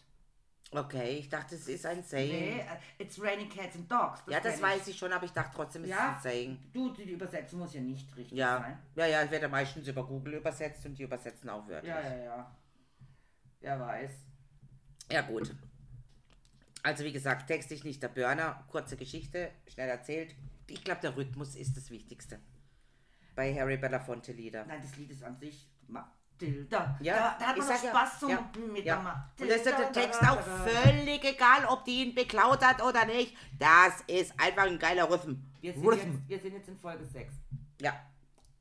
S1: okay, ich dachte, es ist ein Saying.
S2: Nee, äh, it's raining cats and dogs.
S1: ja, das
S2: kenn
S1: weiß ich schon, aber ich dachte trotzdem, es
S2: Ja.
S1: ist ein Saying.
S2: Du, die, die Übersetzung muss ja nicht richtig
S1: Ja,
S2: sein.
S1: ja, ja, ich werde meistens über Google übersetzt und die übersetzen auch Wörter.
S2: Ja,
S1: Ja,
S2: ja, ja. Wer weiß.
S1: gut. Also wie gesagt, textlich nicht der Burner, kurze Geschichte, schnell erzählt. Ich glaube, der Rhythmus ist das Wichtigste. Bei Harry Belafonte Lieder.
S2: Nein, das Lied ist an sich Matilda.
S1: Ja,
S2: da, da hat
S1: ich
S2: man noch
S1: sag ja.
S2: Spaß zum
S1: Ja,
S2: mit der
S1: Ja. Und
S2: Matilda.
S1: das ist der Text auch
S2: da, da, da.
S1: völlig egal, ob die ihn beklaut hat oder nicht. Das ist einfach ein geiler Rhythm.
S2: Wir sind,
S1: Rhythm.
S2: jetzt, wir sind jetzt in Folge 6.
S1: Ja.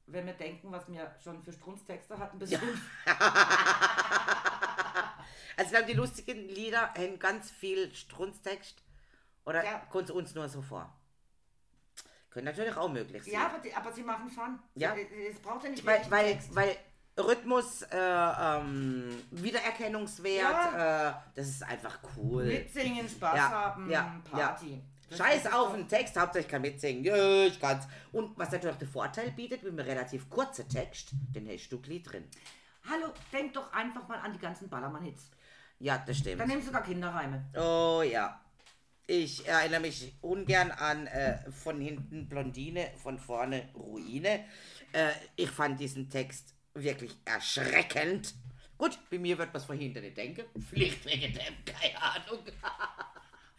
S2: Wenn wir denken, was wir schon für Strunztexte hatten, bis fünf.
S1: Also ich glaube, die lustigen Lieder haben ganz viel Strunztext. Oder
S2: Ja.
S1: kommt uns nur so vor? Können natürlich auch möglich sein.
S2: Ja, aber, die, aber sie machen Fun.
S1: Ja.
S2: Es braucht ja nicht
S1: weil,
S2: wirklich
S1: weil,
S2: Text.
S1: weil Rhythmus, äh, ähm, Wiedererkennungswert, äh, das ist einfach cool.
S2: Mitsingen, Spaß
S1: Ja,
S2: haben,
S1: ja,
S2: Party. Das
S1: Scheiß
S2: ist
S1: auf
S2: doch-
S1: den Text, Hauptsache ich kann mitsingen. Ja, ich kann's. Und was natürlich auch den Vorteil bietet, mit einem relativ kurzen Text, den hast du gleich drin.
S2: Hallo, denk doch einfach mal an die ganzen Ballermann-Hits.
S1: Ja, das stimmt.
S2: Da nehmen sie sogar Kinderreime.
S1: Oh ja. Ich erinnere mich ungern an äh, von hinten Blondine, von vorne Ruine. Äh, ich fand diesen Text wirklich erschreckend. Gut, bei mir wird was verhindert, ich denke. Pflicht wegen dem, keine Ahnung.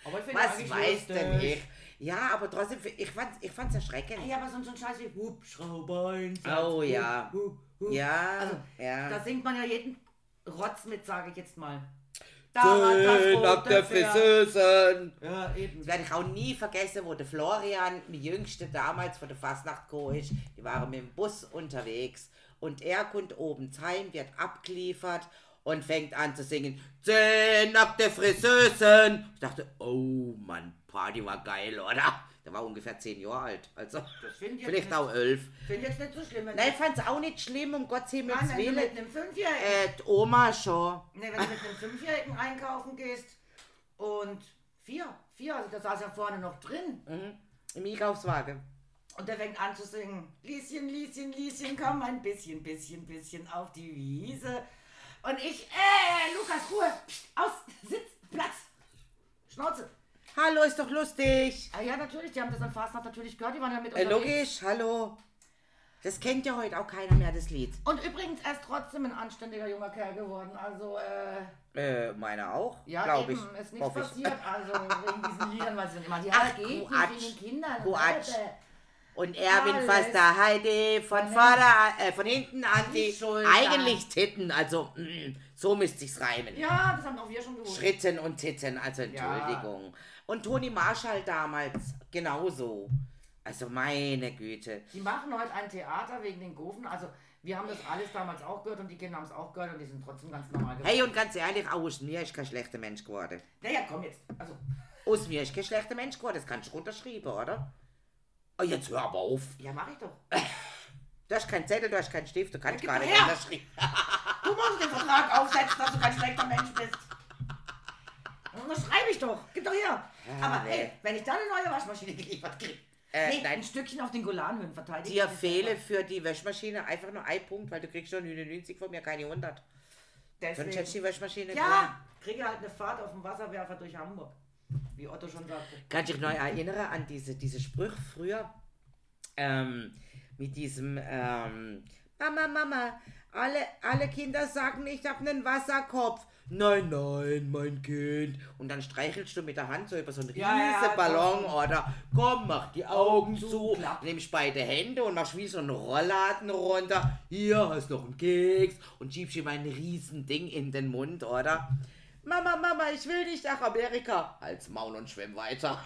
S2: Aber ich finde
S1: Was
S2: eigentlich
S1: weiß
S2: lustig.
S1: denn ich? Ja, aber trotzdem, ich fand ich fand's erschreckend.
S2: Ja, aber so ein- so ein Scheiß wie Hubschrauberin.
S1: Oh ja.
S2: Hup, hup.
S1: Ja,
S2: Also,
S1: ja.
S2: Da singt man ja jeden Rotz mit, sage ich jetzt mal. Da hat das
S1: Schön,
S2: rote
S1: ab der
S2: Pferd.
S1: Friseusen.
S2: Ja, eben.
S1: Das werde ich auch nie vergessen, wo der Florian, die jüngste damals von der Fastnacht gekommen ist, die waren mit dem Bus unterwegs und er kommt oben heim, wird abgeliefert und fängt an zu singen, zehn ab der Friseusen. Ich dachte, oh Mann, Party war geil, oder? Der war ungefähr zehn Jahre alt, also
S2: Das finde ich jetzt
S1: vielleicht
S2: nicht-
S1: auch elf.
S2: Finde jetzt nicht so schlimm. Wenn
S1: Nein, ich fand's auch nicht schlimm, um Gottes
S2: du, Mann,
S1: Himmels
S2: wenn du mit
S1: Willen.
S2: einem Fünfjährigen,
S1: Äh, die Oma schon.
S2: nee, wenn du mit einem Fünfjährigen einkaufen gehst und vier, vier, also da saß ja vorne noch drin.
S1: Im Einkaufswagen.
S2: Und der fängt an zu singen. Lieschen, Lieschen, Lieschen, komm ein bisschen, bisschen, bisschen auf die Wiese. Und ich, äh, Lukas, Ruhe, Psst, aus, Sitz, Platz, Schnauze.
S1: Hallo, ist doch lustig.
S2: Ah ja, natürlich, die haben das am Fastnacht natürlich gehört, die waren ja mit
S1: Äh, logisch,
S2: unterwegs.
S1: hallo. Das kennt ja heute auch keiner mehr, das Lied.
S2: Und übrigens, er ist trotzdem ein anständiger junger Kerl geworden. Also, äh,
S1: Äh, meine auch,
S2: ja,
S1: glaube
S2: eben,
S1: ich.
S2: ist nichts
S1: Hoff ich.
S2: passiert. Also, wegen diesen Liedern, weil sie sind immer, die
S1: Ach,
S2: Ach, geht
S1: Quatsch.
S2: nicht wegen den Kindern.
S1: Quatsch.
S2: Leute.
S1: Und Erwin
S2: Alles.
S1: fasst da Heidi von,
S2: Von
S1: vorder, äh, von hinten an
S2: Die
S1: die
S2: Schulter.
S1: eigentlich Titten, also mm, so müsste sich's reimen.
S2: Ja, das haben auch wir schon gewusst.
S1: Schritten und Titten, also Entschuldigung. Und Toni Marschall damals genauso. Also meine Güte.
S2: Die machen heute ein Theater wegen den Gofen. Also wir haben das alles damals auch gehört und die Kinder haben es auch gehört und die sind trotzdem ganz normal geworden.
S1: Hey, und ganz ehrlich, auch aus mir ist kein schlechter Mensch geworden.
S2: Naja, komm jetzt. Also,
S1: Aus mir ist kein schlechter Mensch geworden, das kannst du runterschreiben, oder? Oh, jetzt hör aber auf.
S2: ja, mach ich doch.
S1: Du hast keinen Zettel, du hast keinen Stift, du kannst
S2: Gib
S1: gar
S2: doch
S1: nicht
S2: her!
S1: unterschrieben.
S2: Du musst den Vertrag aufsetzen, dass du kein schlechter Mensch bist. Und das schreibe ich doch. Gib doch her.
S1: Ja,
S2: Aber
S1: nee.
S2: hey, wenn ich da eine neue Waschmaschine geliefert kriege.
S1: Äh,
S2: nee,
S1: nein.
S2: ein Stückchen auf den Golanhöhen verteidigt.
S1: Dir fehle für die Waschmaschine einfach nur ein Punkt, weil du kriegst nur 99 von mir, keine 100. Sonst hättest du die Waschmaschine gewonnen.
S2: Ja, kriege halt eine Fahrt auf dem Wasserwerfer durch Hamburg. Wie Otto schon sagte.
S1: Kann ich neu erinnern an diese, diese Sprüche früher ähm, mit diesem ähm, Mama, Mama, alle, alle Kinder sagen, ich habe einen Wasserkopf. Nein, nein, mein Kind. Und dann streichelst du mit der Hand so über so einen
S2: Ja, ja,
S1: riesen
S2: ja,
S1: Ballon oder komm, mach die Augen
S2: Zu,
S1: zu,
S2: klapp.
S1: nimmst beide Hände und machst wie so einen Rollladen runter. Hier hast noch einen Keks und schiebst ihm ein riesen Ding in den Mund, oder? Mama, Mama, ich will nicht nach Amerika. Halt's Maul und schwimm weiter.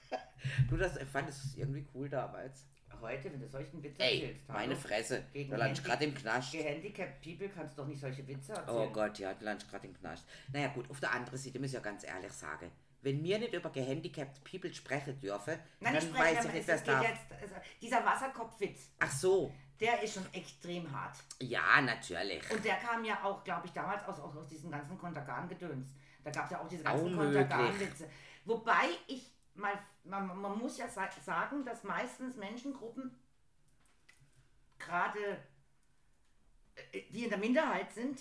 S1: du, das ich fand es irgendwie cool damals.
S2: Heute, wenn du solchen Witz
S1: Ey,
S2: erzählst,
S1: meine
S2: hallo?
S1: Fresse.
S2: Gegen
S1: Da landest
S2: Handy-
S1: gerade im Knast.
S2: Gehandicapt People kannst doch nicht solche Witze
S1: Oh
S2: erzählen.
S1: Gott, ja, du landest gerade im Knast. Naja gut, auf der anderen Seite muss ich ja ganz ehrlich sagen, wenn mir nicht über gehandicapt People sprechen dürfe,
S2: Nein,
S1: dann
S2: ich spreche
S1: weiß ich
S2: aber,
S1: nicht,
S2: es
S1: was
S2: geht
S1: darf.
S2: jetzt, also, Dieser Wasserkopfwitz,
S1: Ach so,
S2: der ist schon extrem hart.
S1: ja, natürlich.
S2: Und der kam ja auch, glaube ich, damals aus, auch aus diesem ganzen Kontergan-Gedöns. Da gab es ja auch diese
S1: Auch
S2: ganzen
S1: möglich.
S2: Kontergan-Witze. Wobei ich, mal, man, man muss ja sa- sagen, dass meistens Menschengruppen, gerade äh, die in der Minderheit sind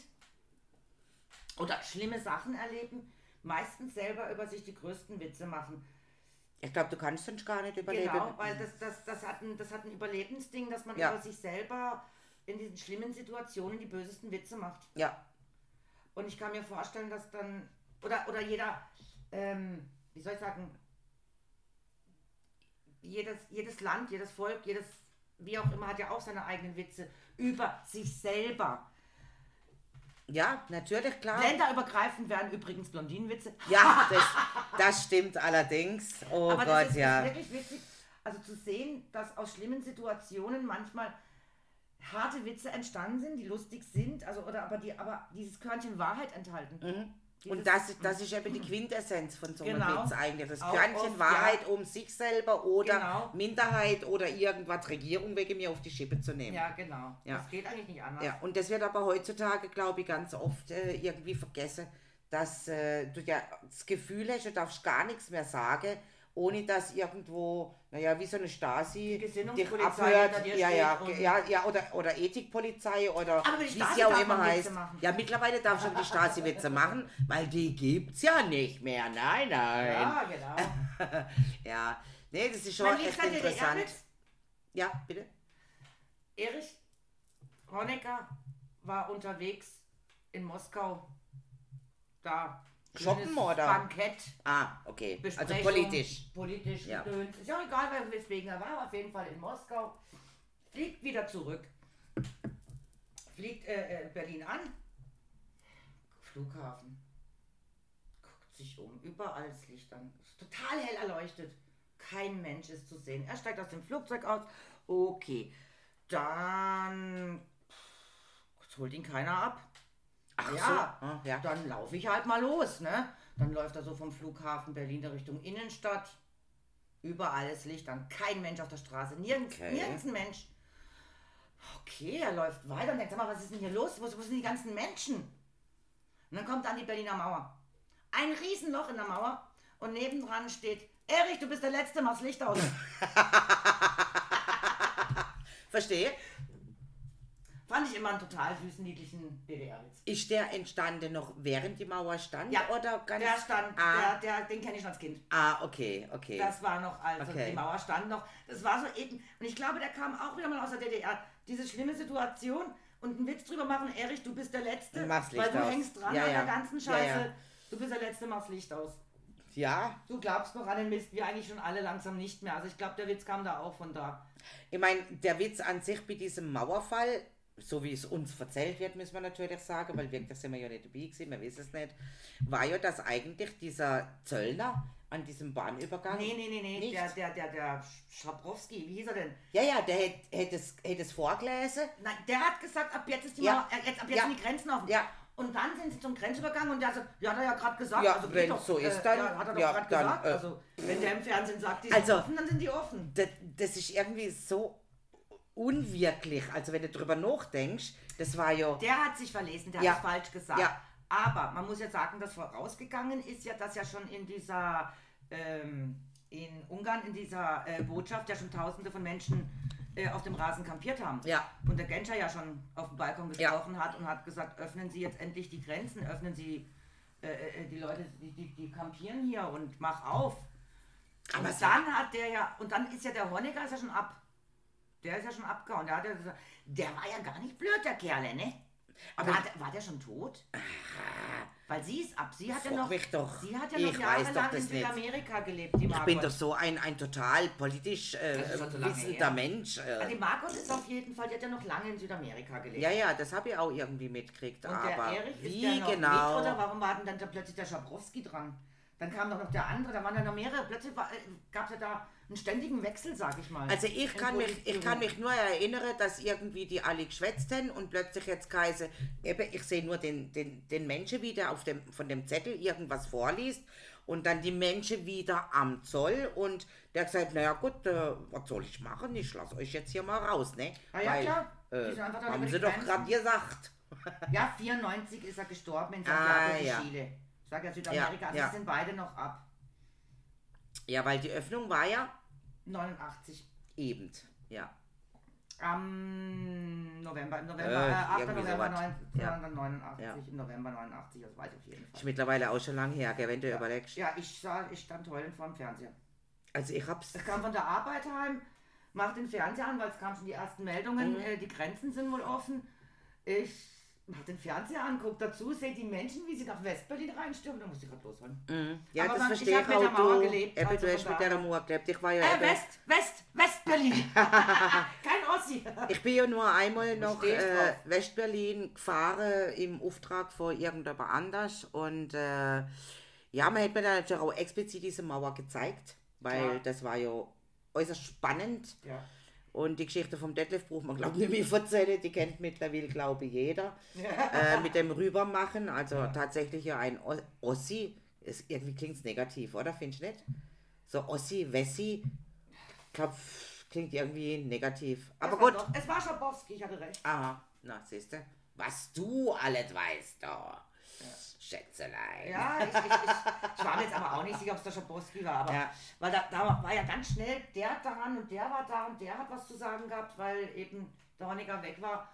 S2: oder schlimme Sachen erleben, meistens selber über sich die größten Witze machen.
S1: Ich glaube, du kannst sonst gar nicht überleben. Mhm.
S2: Genau, weil das, das, das, hat ein, das hat ein Überlebensding, dass man
S1: Ja.
S2: über sich selber in diesen schlimmen Situationen die bösesten Witze macht.
S1: ja,
S2: Und ich kann mir vorstellen, dass dann, oder, oder jeder, ähm, wie soll ich sagen, jedes, jedes Land, jedes Volk, jedes, wie auch immer, hat ja auch seine eigenen Witze über sich selber.
S1: ja, natürlich, klar.
S2: Länderübergreifend werden übrigens Blondinenwitze.
S1: Ja, das, das stimmt allerdings. Oh
S2: Aber das
S1: Gott,
S2: ist,
S1: ja.
S2: ist wirklich witzig, also zu sehen, dass aus schlimmen Situationen manchmal harte Witze entstanden sind, die lustig sind, also oder aber die aber dieses Körnchen Wahrheit enthalten. Dieses-
S1: Mhm. Und das, das ist eben die Quintessenz von so einem
S2: Genau.
S1: Witz eigentlich. Das
S2: Auch
S1: Körnchen
S2: oft,
S1: Wahrheit um sich selber oder
S2: Genau.
S1: Minderheit oder irgendwas Regierung wegen mir auf die Schippe zu nehmen. Ja.
S2: ja, genau.
S1: Ja.
S2: Das geht eigentlich nicht anders.
S1: und das wird aber heutzutage, glaube ich, ganz oft äh, irgendwie vergessen, dass äh, du ja das Gefühl hast, du darfst gar nichts mehr sagen, ohne dass irgendwo, naja, wie so eine Stasi dich
S2: Gesinnungspolizei hinter
S1: abhört.
S2: dir
S1: Ja, ja,
S2: steht und-
S1: ja, ja, oder, oder Ethikpolizei oder
S2: Aber die
S1: wie
S2: Stasi
S1: sie auch
S2: darf
S1: immer
S2: man Witze
S1: heißt.
S2: machen.
S1: Ja, mittlerweile darf schon die Stasi-Witze machen, weil die gibt's ja nicht mehr. Nein, nein.
S2: Ja, genau.
S1: Ja, nee, das ist schon
S2: mein
S1: echt
S2: liebster
S1: interessant.
S2: DDR-Witz,
S1: Ja, bitte.
S2: Erich Honecker war unterwegs in Moskau. Da.
S1: Shoppen
S2: schönes
S1: oder?
S2: Bankett.
S1: Ah, okay. Also
S2: Besprechung,
S1: politisch.
S2: Politisch,
S1: Ja.
S2: ja. Ist ja auch egal, wer- weswegen er war, auf jeden Fall in Moskau. Fliegt wieder zurück. Fliegt äh, äh, Berlin an. Flughafen. Guckt sich um. Überall ist Licht an. Ist total hell erleuchtet. Kein Mensch ist zu sehen. Er steigt aus dem Flugzeug aus. Okay. Dann. Pff, holt ihn keiner ab.
S1: Ach
S2: Ja.
S1: so. Ah, ja.
S2: Dann laufe ich halt mal los, ne? Dann läuft er so vom Flughafen Berlin in Richtung Innenstadt. Überall ist Licht an, kein Mensch auf der Straße, nirgends,
S1: Okay.
S2: nirgends ein Mensch. Okay, er läuft weiter und denkt, sag mal, was ist denn hier los? Wo, wo sind die ganzen Menschen? Und dann kommt er an die Berliner Mauer. Ein Riesenloch in der Mauer und nebendran steht, Erich, du bist der Letzte, mach's Licht aus.
S1: Verstehe.
S2: Fand ich immer einen total süßen, niedlichen DDR-Witz.
S1: Ist der entstanden noch während die Mauer stand?
S2: Ja,
S1: Oder ganz.
S2: Der stand,
S1: Ah.
S2: der, der, den kenne ich schon als Kind.
S1: Ah, okay, okay.
S2: Das war noch, also
S1: Okay.
S2: die Mauer stand noch. Das war so eben. Und ich glaube, der kam auch wieder mal aus der DDR. Diese schlimme Situation und einen Witz drüber machen, Erich, du bist der Letzte,
S1: Du machst
S2: weil
S1: Licht
S2: du
S1: aus.
S2: hängst dran
S1: Ja,
S2: an
S1: ja.
S2: der ganzen
S1: Ja, ja.
S2: Scheiße. Du bist der Letzte, machst Licht aus.
S1: ja,
S2: Du glaubst noch an den Mist, wir eigentlich schon alle langsam nicht mehr. Also ich glaube, der Witz kam da auch von da.
S1: Ich meine, der Witz an sich bei diesem Mauerfall, so wie es uns erzählt wird, müssen wir natürlich sagen, weil wirklich sind wir ja nicht dabei gewesen, wir wissen es nicht, war ja, dass eigentlich dieser Zöllner an diesem Bahnübergang...
S2: Nee, nee, nee, nee.
S1: Nicht?
S2: Der, der, der, der Schabrowski, wie hieß er denn?
S1: Ja, ja, der hätte hätt es, hätt es vorgelesen.
S2: Nein, der hat gesagt, ab jetzt ist die
S1: Ja.
S2: Mauer, äh, jetzt, ab jetzt
S1: Ja.
S2: sind die Grenzen offen.
S1: Ja.
S2: Und dann sind sie zum Grenzübergang und der sagt, ja, hat er ja gerade gesagt.
S1: Ja,
S2: also geht
S1: wenn
S2: doch,
S1: so ist,
S2: äh,
S1: dann-
S2: Ja, hat er doch
S1: ja,
S2: gerade
S1: dann,
S2: gesagt.
S1: äh,
S2: also, wenn der im Fernsehen sagt, die
S1: Also-
S2: sind offen, dann sind die offen.
S1: Das, das ist irgendwie so unwirklich. Also wenn du drüber nachdenkst, das war ja...
S2: Der hat sich verlesen, der
S1: Genau. Ja.
S2: hat es falsch gesagt.
S1: Ja.
S2: Aber man muss ja sagen, dass vorausgegangen ist ja, dass ja schon in dieser, ähm, in Ungarn, in dieser äh, Botschaft ja schon tausende von Menschen äh, auf dem Rasen kampiert haben.
S1: Ja.
S2: Und der Genscher ja schon auf dem Balkon
S1: Ja.
S2: gesprochen hat und hat gesagt, öffnen Sie jetzt endlich die Grenzen, öffnen Sie äh, äh, die Leute, die, die, die kampieren hier und mach auf.
S1: Aber
S2: und
S1: es-
S2: dann hat der ja, und dann ist ja der Honecker ist ja schon ab. Der ist ja schon abgehauen. Der, hat ja, gesagt- der war ja gar nicht blöd, der Kerle, ne? Aber hat, war der schon tot? Weil sie ist ab. Sie hat ja
S1: Frag
S2: noch,
S1: mich doch.
S2: Sie hat ja noch
S1: Ich weiß doch
S2: jahrelang in
S1: das nicht.
S2: Südamerika gelebt, die
S1: Ich
S2: Margot.
S1: bin doch so ein, ein total politisch äh,
S3: Das ist schon so lange
S1: wissender
S3: her.
S1: Mensch.
S2: Ah,
S1: Äh.
S2: Die Margot ist auf jeden Fall, die hat ja noch lange in Südamerika gelebt.
S1: Ja, ja, das habe ich auch irgendwie mitgekriegt.
S2: Und
S1: aber
S2: der Erich ist
S1: wie
S2: ja noch
S1: genau?
S2: mit, oder warum war denn dann da plötzlich der Schabrowski dran? Dann kam doch noch der andere, da waren dann noch mehrere. Plötzlich gab es ja da einen ständigen Wechsel, sag ich mal.
S1: Also ich
S2: Im
S1: kann, mich, ich
S2: Politbüro.
S1: kann mich nur erinnern, dass irgendwie die alle geschwätzt haben und plötzlich jetzt Kaiser, eben, ich sehe nur den, den, den Menschen wieder auf dem, von dem Zettel irgendwas vorliest und dann die Menschen wieder am Zoll und der hat gesagt, naja gut, äh, was soll ich machen? Ich lasse euch jetzt hier mal raus, ne?
S2: Ah ja, klar. Die
S1: Äh,
S2: sind einfach dann über
S1: haben
S2: die
S1: sie doch
S2: Grenzen.
S1: gerade gesagt.
S2: Ja, 94 ist er gestorben in
S1: Ah,
S2: Santiago de
S1: ja.
S2: Chile. Ich sag ja Südamerika,
S1: Ja,
S2: also
S1: ja.
S2: die sind beide noch ab.
S1: Ja, weil die Öffnung war ja
S2: 89.
S1: eben. Ja.
S2: Am November, im November,
S1: Äh,
S2: äh, 8.
S1: irgendwie
S2: November
S1: sowas.
S2: 1989,
S1: Ja. Ja.
S2: im November 89, das weiß ich auf jeden
S1: Ist
S2: Fall.
S1: mittlerweile auch schon lange her, gell, wenn du überlegst.
S2: Ja, ich, sah, ich stand heulend vor dem Fernseher.
S1: Also ich hab's.
S2: Ich kam von der Arbeit heim, mach den Fernseher an, weil es kamen schon die ersten Meldungen,
S1: Mhm.
S2: äh, die Grenzen sind wohl offen. Ich mach den Fernseher an, guck dazu, sehe die Menschen, wie sie nach Westberlin reinstürmen, da muss ich gerade losholen.
S1: Mhm. Ja,
S2: Aber
S1: das
S2: man- ich
S1: verstehe
S2: hab
S1: ich
S2: mit der
S1: auch.
S2: Mauer
S1: Du,
S2: gelebt,
S1: eben,
S2: also
S1: du
S2: von
S1: hast mit
S2: daher.
S1: der Mauer gelebt. Ich war ja.
S2: Äh,
S1: eben-
S2: West, West, West-Berlin. Kein Ossi.
S1: Ich bin ja nur einmal noch
S2: stehst
S1: äh,
S2: drauf.
S1: Westberlin gefahren im Auftrag von irgendjemand anders. Und äh, ja, man hat mir dann natürlich auch explizit diese Mauer gezeigt, weil
S2: Klar.
S1: das war ja äußerst spannend.
S2: Ja.
S1: Und die Geschichte vom Detlef braucht man, glaube ich, nicht mehr erzählen. Die kennt mittlerweile, glaube ich, jeder. äh, mit dem Rübermachen, also tatsächlich ja ein O- Ossi. Ist, irgendwie klingt es negativ, oder? Findest du nicht? So Ossi, Wessi. Ich glaube, klingt irgendwie negativ. Aber
S2: Es war
S1: gut.
S2: Doch, es war Schabowski, ich hatte recht.
S1: Aha, na, siehst du? Was du alles weißt, da. Schätzelein.
S2: Ja, ich, ich, ich, ich war mir jetzt aber auch nicht sicher, ob es der Schabowski war, aber
S1: Ja.
S2: weil da, da war ja ganz schnell der daran und der war da und der hat was zu sagen gehabt, weil eben der Honecker weg war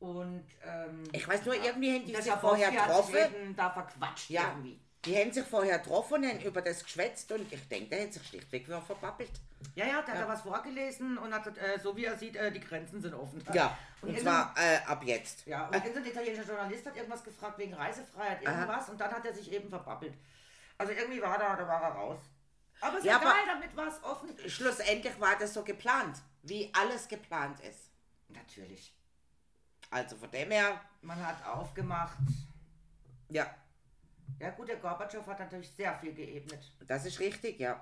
S2: und ähm,
S1: Ich weiß nur, irgendwie haben die
S2: der
S1: sich vorher
S2: Schabowski hat sich
S1: getroffen.
S2: eben da verquatscht
S1: Ja.
S2: irgendwie.
S1: Die haben sich vorher getroffen und haben über das geschwätzt und ich denke, der hat sich schlichtweg nur verpappelt.
S2: Ja, ja, der hat da was vorgelesen und hat gesagt, äh, so wie er sieht, äh, die Grenzen sind offen.
S1: Ja,
S2: und,
S1: und,
S2: irgendein-
S1: zwar äh, ab jetzt.
S2: Ja, und irgendein italienischer Journalist hat irgendwas gefragt wegen Reisefreiheit, irgendwas, und dann hat er sich eben verbabbelt. Also irgendwie war da, da war er raus. Aber es
S1: Ja,
S2: war geil,
S1: aber-
S2: damit war es offen.
S1: Schlussendlich war das so geplant, wie alles geplant ist.
S2: Natürlich.
S1: Also von dem her,
S2: Man hat aufgemacht.
S1: ja,
S2: Ja gut, der Gorbatschow hat natürlich sehr viel geebnet.
S1: das ist richtig, ja.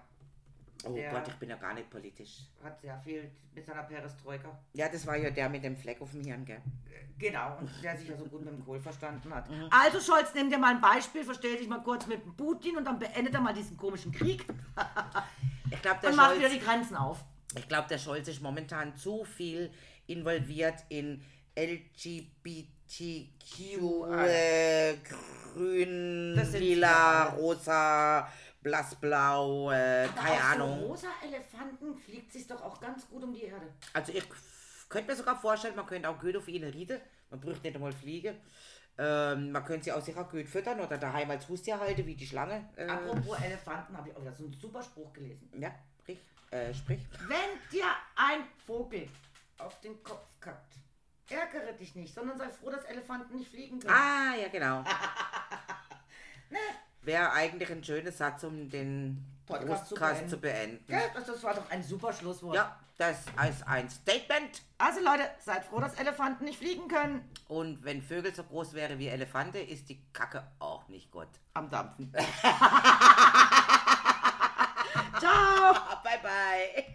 S1: Oh
S2: Ja.
S1: Gott, ich bin ja gar nicht politisch.
S2: Hat sehr viel mit seiner Perestroika.
S1: Ja, das war ja der mit dem Fleck auf dem Hirn, gell?
S2: Genau, und der sich ja so gut mit dem Kohl verstanden hat.
S1: Mhm.
S2: Also Scholz, nimm dir mal ein Beispiel, verstell dich mal kurz mit dem Putin und dann beendet er mal diesen komischen Krieg
S1: Ich glaube, der
S2: und macht wieder
S1: Scholz
S2: die Grenzen auf.
S1: Ich glaube, der Scholz ist momentan zu viel involviert in LGBTQ, äh, grün,
S2: Das sind
S1: lila,
S2: wir.
S1: rosa, blassblau, äh,
S2: Aber
S1: keine
S2: auf So
S1: Ahnung.
S2: rosa Elefanten fliegt sich doch auch ganz gut um die Erde.
S1: Also ich f- könnte mir sogar vorstellen, man könnte auch gut auf ihn reden. Man braucht nicht einmal Fliege. Ähm, man könnte sie auch sicher gut füttern oder daheim als Haustier halten, wie die Schlange. Äh,
S2: Apropos Elefanten, habe ich auch wieder so einen super Spruch gelesen.
S1: ja, sprich. Äh, sprich.
S2: Wenn dir ein Vogel auf den Kopf kackt, ärgere dich nicht, sondern sei froh, dass Elefanten nicht fliegen können.
S1: Ah, ja, Ne? genau. Wäre eigentlich ein schöner Satz, um den
S2: Podcast
S1: Podcast zu
S2: zu
S1: beenden.
S2: Gell? Das, das war doch ein super Schlusswort.
S1: Ja, das ist ein Statement.
S2: Also Leute, seid froh, dass Elefanten nicht fliegen können.
S1: Und wenn Vögel so groß wären wie Elefante, ist die Kacke auch nicht gut.
S2: Am Dampfen. Ciao!
S1: Ah. Bye, bye.